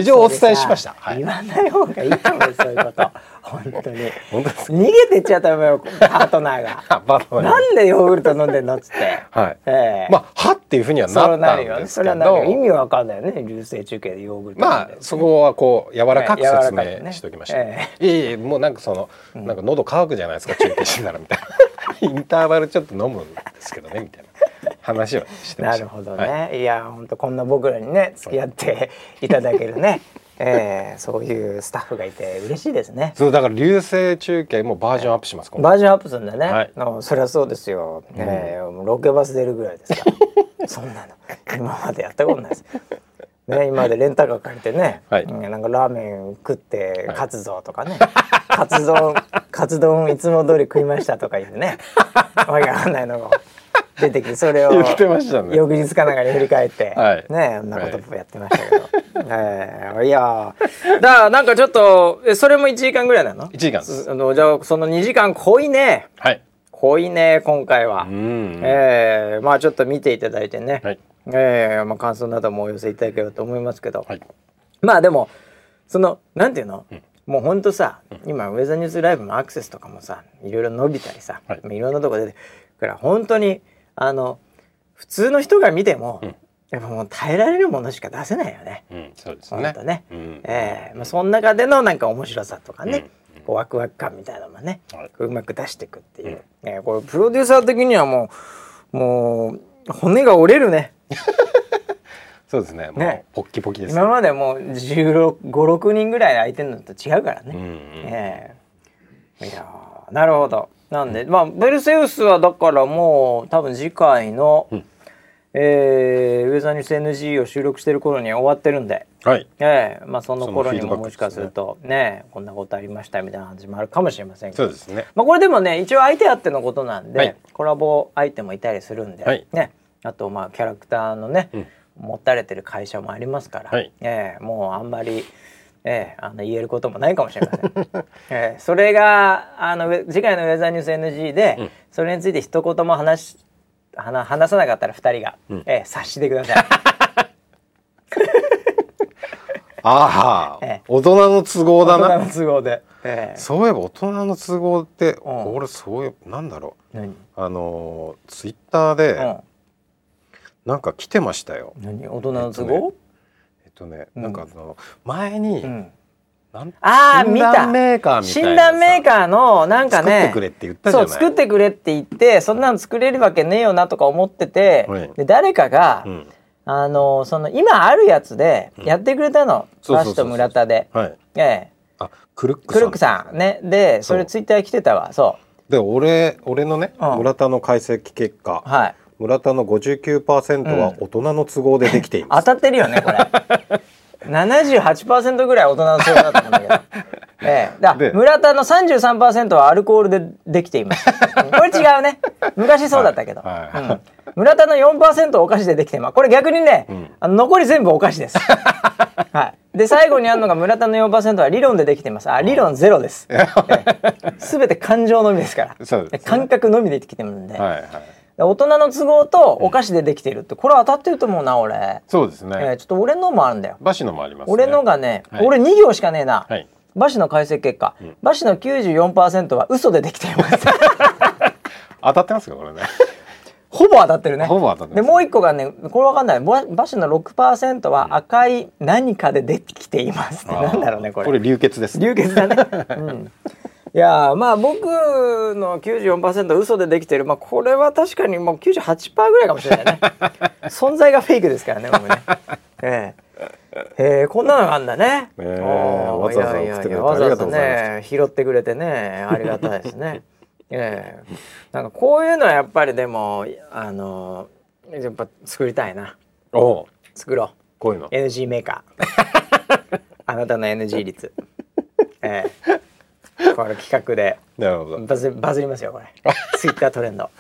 B: 以上お伝えしまし
A: それさ
B: た。はい <laughs>
A: 言わない方がいいと思うそういうこと本当に
B: 本当ですか
A: 逃げてっちゃったのよパートナーが
B: <laughs> あバナナ
A: なんでヨーグルト飲んでんのっつって
B: はい
A: ええ
B: まあ歯っていうふうには
A: そ
B: な
A: う
B: った
A: なんるよね
B: で
A: そ
B: す
A: れ
B: け
A: はなんか意
B: ど
A: 味わかんないよね流星中継でヨーグルト
B: まあそこはこう柔らかく説明しておきまし
A: はい柔らか
B: たいえいえもうなんかそのなんか喉乾くじゃないですか中継してたらみたい
A: <laughs>
B: なインターバルちょっと飲むんですけどねみたいな話をしてま
A: な
B: した
A: るほどね、、
B: はい
A: や本当こんな僕らにね付き合っていただけるね、えーそういうスタッフがいて嬉しいですね
B: そうだから流星中継もバージョンアップします今回
A: バージョンアップするんだね、
B: はい
A: うんそりゃそうですよ、えーもうロケバス出るぐらい
B: <laughs>
A: ですからそんなの今までやったことないですね、今までレンタカー借りてね、
B: はい
A: うんなんかラーメン食ってカツ丼とかね、カツ丼カツ丼いつも通り食いましたとか言って
B: <laughs>
A: ねわけわかんないのが出てきてそれを
B: 言ってましたね
A: 翌日かなんかに振り返って、
B: はい
A: ねそんなことやってましたけど、えーいやーだからなんかちょっとえそれも1時間ぐらいなの
B: 1時間です
A: あのじゃあその2時間濃いね
B: はい
A: 濃いね今回は、
B: うん
A: えーまあちょっと見ていただいてね、
B: はい
A: えーまあ、感想などもお寄せいただければと思いますけど、
B: はい
A: まあでもそのなんていうの、もうほんとさ、今ウェザーニュースライブのアクセスとかもさいろいろ伸びたりさ、
B: はい
A: まあいろんなとこ出てくるから本当にあの普通の人が見ても、やっぱもう耐えられるものしか出せないよね。
B: うんそうです
A: 本
B: ね
A: 当ね
B: うん
A: ええまあ、その中でのなんか面白さとかね、
B: うん
A: こうワクワク感みたいなのもね、
B: はい
A: こううまく出していくっていう、ええこれプロデューサー的にはもうもう骨が折れるね
B: そうですねもう
A: ね
B: ポッキポキですね
A: 今までもう1516人ぐらい空いてるのと違うからね、
B: うんうん
A: ええいやーなるほどなんで、まあベルセウスはだからもう多分次回の、
B: うん
A: えーウェザーニュース NG を収録してる頃には終わってるんで。
B: はい
A: ええまあその
B: その
A: 頃に
B: フィード
A: も
B: バック
A: もしかするとねこんなことありましたみたいな話もあるかもしれませんけ
B: そ
A: ど
B: うですね
A: まあこれでもね一応相手あってのことなんで、
B: はい
A: コラボ相手もいたりするんで、
B: はい
A: ねあとまあキャラクターのね、
B: うん
A: 持たれてる会社もありますから、
B: はい
A: ええもうあんまり。ええあの言えることもないかもしれません、 <laughs> ええそれがあのウェ次回の「ウェザーニュース NG で」
B: うん
A: それについて一言も話し話話さなかったら二人が、
B: うん
A: ええ察してくだ
B: <laughs>
A: さい。
B: ああ、
A: ええ
B: 大人の都合だ
A: 大
B: な
A: 人の都合で、ええ
B: そういえば大人の都合って、
A: ん
B: 俺そういうなんだろ
A: 何
B: うあのーツイッターで、
A: うん
B: なんか来てましたよ
A: 何大人の都合、
B: えっとね、
A: うん
B: なんかあの前に、
A: うん、
B: なん
A: あー
B: 診
A: 見た
B: 断メーカーみたいな
A: 診断メー
B: ー
A: カーのなんか
B: 作っ
A: ね
B: てくれって言ったじ
A: そ
B: ゃな
A: う
B: い
A: 作ってくれって言ってそんなの作れるわけねえよなとか思ってて、
B: はい
A: で誰かが、
B: うん、
A: あのその今あるやつでやってくれたの、
B: そう
A: ラ
B: そう
A: ッ
B: そ
A: シ
B: う
A: ュと村田で、
B: はい
A: ええ、
B: あクルックさん
A: クルックさんねでそれ
B: そう
A: ツイッター来てたわそ
B: で俺俺のね、
A: うん
B: 村田の解析結
A: う
B: 果
A: はい
B: 村田の59%は大人の都合でできていま
A: 当
B: す、
A: たってるよねこれ
B: <laughs>
A: 78%ぐらい大人のせいだと思うんだけどええ、だ
B: で
A: 村田の33%はアルコールでできてい
B: <laughs>
A: ますこれ違うね昔そうだったけど、
B: はいはい
A: うん村田の4%お菓子でできていますこれ逆にね、
B: ん
A: あの残り全部お菓子
B: <laughs>
A: です、はい、で最後にあるのが村田の4%は理論でできていますあ理論ゼロです、ええ、全て感情のみですから
B: <laughs> そうですね
A: 感覚のみでできてるんで、
B: はいはい
A: 大人の都合とお菓子でできているってこれ当たってると思うな俺
B: そうですね、
A: えーちょっと俺のもあるんだよ。
B: バシのもありますね
A: 俺のがね、
B: はい
A: 俺2行しかねえな。
B: はい
A: バシの解析結果、バシの94%は嘘でできてい
B: <laughs>
A: ます。
B: 当たってますかこれね
A: ほぼ当たってるね。
B: ほぼ当たってま
A: で
B: す
A: もう一個がね、これわかんない。ババシの6%は赤い何かでできていますって。 <laughs> なんだろうねこれ。
B: これ流血です
A: 流血だね。
B: <laughs>
A: うんいやーまあ僕の94%嘘でできてるまあこれは確かにもう98%ぐらいかもしれないね
B: <laughs>
A: 存在がフェイクですからね僕ねええええこんなのがあんだね、
B: ねえ
A: おー
B: わざわざ
A: いやいや
B: 送ってくれて
A: わざわざ
B: ありがとうござい
A: ね拾ってくれてねありがたいですねええなんかこういうのはやっぱりでもあのやっぱ作りたいな
B: おおう
A: 作ろう
B: こういうの
A: NG メーカー
B: <laughs>
A: あなたの NG 率ええこれ企画で
B: なるほど
A: バズバズりますよこれツイッタートレンド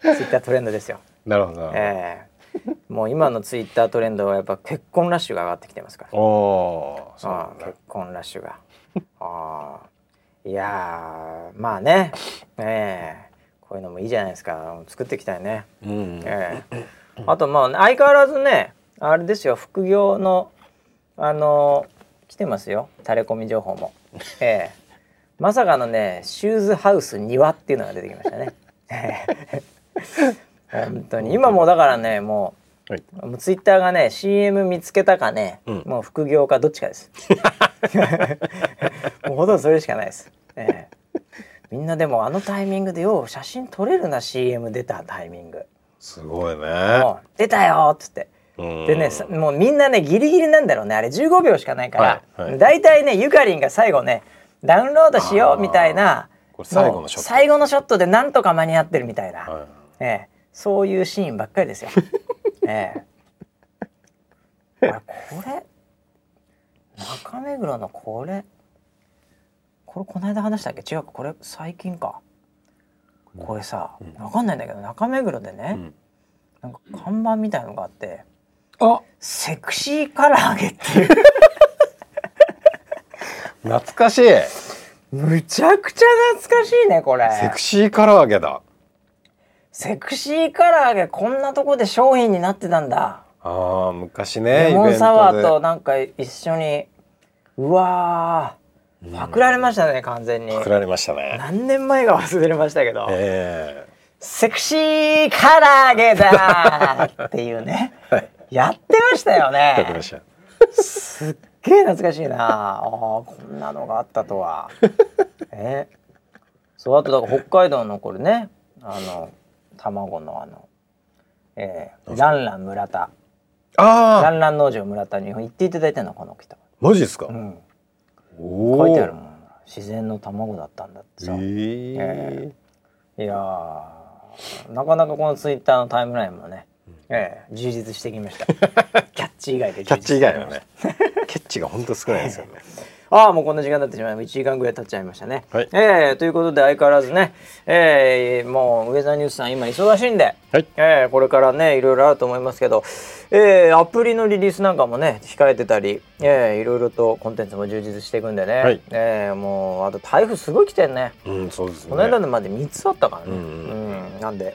A: ツイッタートレンドですよ
B: なるほどなるほど、
A: ええもう今のツイッタートレンドはやっぱ結婚ラッシュが上がってきてますから
B: おーそう
A: あ
B: なん
A: あ
B: だ
A: 結婚ラッシュがああいやーまあねええこういうのもいいじゃないですか作っていきたいね
B: うん
A: ええあとまあ相変わらずねあれですよ副業のあの来てますよタレコミ情報も、ええまさかのねシューズハウス庭っていうのが出てきましたね本当に今もうだからねも
B: はい。
A: うもうツイッターがね CM 見つけたかね、
B: うん
A: もう副業かどっちかです
B: <laughs>
A: もうほとんどそれしかないです、ええみんなでもあのタイミングでよう写真撮れるな CM 出たタイミング
B: すごいね。
A: もう出たよっつって
B: うん
A: でね、さもうみんなねギリギリなんだろうねあれ15秒しかないから、
B: はいはい
A: だいたいねゆかりんが最後ねダウンロードしよ
B: あー
A: うみたいな
B: これ最後のショ
A: もう
B: ット
A: 最後のショットでなんとか間に合ってるみたいな、
B: は
A: ええそういうシーンばっかりです
B: <laughs>
A: よ。ええあれこれ中目黒のこれこれこの間話したっけ違うかこれ最近かこれさ、
B: うん
A: わかんないんだけど中目黒でね
B: い。、うん
A: なんか看板みたいのがあって。
B: あ、
A: セクシー唐揚げっていう
B: 懐かしい。
A: <laughs> むちゃくちゃ懐かしいねこれ
B: セクシー唐揚げだ。
A: セクシー唐揚げこんなとこで商品になってたんだ
B: ああ、昔ね。
A: レ
B: イ
A: モ
B: ベ
A: ン
B: ン
A: サワーと
B: ト
A: なんか一緒にうわ
B: で
A: ーパクられましたね完全に
B: パクられましたね。
A: 何年前が忘れましたけど、
B: え
A: セクシー唐揚げだーっていうね
B: えはい。
A: やってましたよ
B: パクりま
A: ね
B: した。
A: すっげえ懐かしいなあーこんなのがあったと
B: <laughs>
A: はえそうあとだから北海道のこれねあの卵のあのえー、ランラン村田ラ
B: ああ、
A: ンラン農場村田に行っていただいたのこの人、
B: マジですか
A: う。ん、
B: お
A: 書
B: お。
A: いてあるもん自然の卵だったんだってさ、
B: ええ
A: えいやーなかなかこのツイッターのタイムラインもね、ええ充実してき
B: <laughs>
A: ましたキャッチ以外で
B: キャ
A: 充
B: ッ
A: 実
B: チ
A: し
B: 以
A: てきました
B: 外はね。キャッチが本当少ないですよね。
A: ああもうこんな時間になってしまいました1時間ぐらい経っちゃいましたね。
B: はい
A: えーということで相変わらずね、えーもうウェザーニュースさん今忙しいんで、
B: はい
A: えーこれからねいろいろあると思いますけど、えーアプリのリリースなんかもね控えてたり、えーいろいろとコンテンツも充実していくんでね、
B: はい
A: えーもうあと台風すごい来てんね
B: うん、そうですね。
A: この間のまで3つあったからね。
B: うんうん
A: うんなんで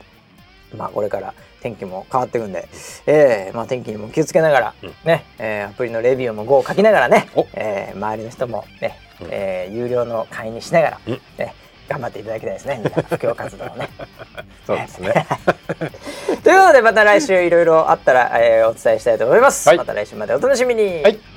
A: まあこれから天気も変わっていくんで、えーまあ、天気にも気をつけながら、
B: うん
A: ねえーアプリのレビューも5を書きながらね
B: お、
A: えー周りの人もね、
B: うん
A: えー有料の会員にしながら、
B: うん
A: ね、頑張っていただきたいですねみんな布教活動をね。 <laughs>
B: そうですね。
A: ということでまた来週いろいろあったら、えーお伝えしたいと思います。
B: はい
A: また来週までお楽しみに、
B: はい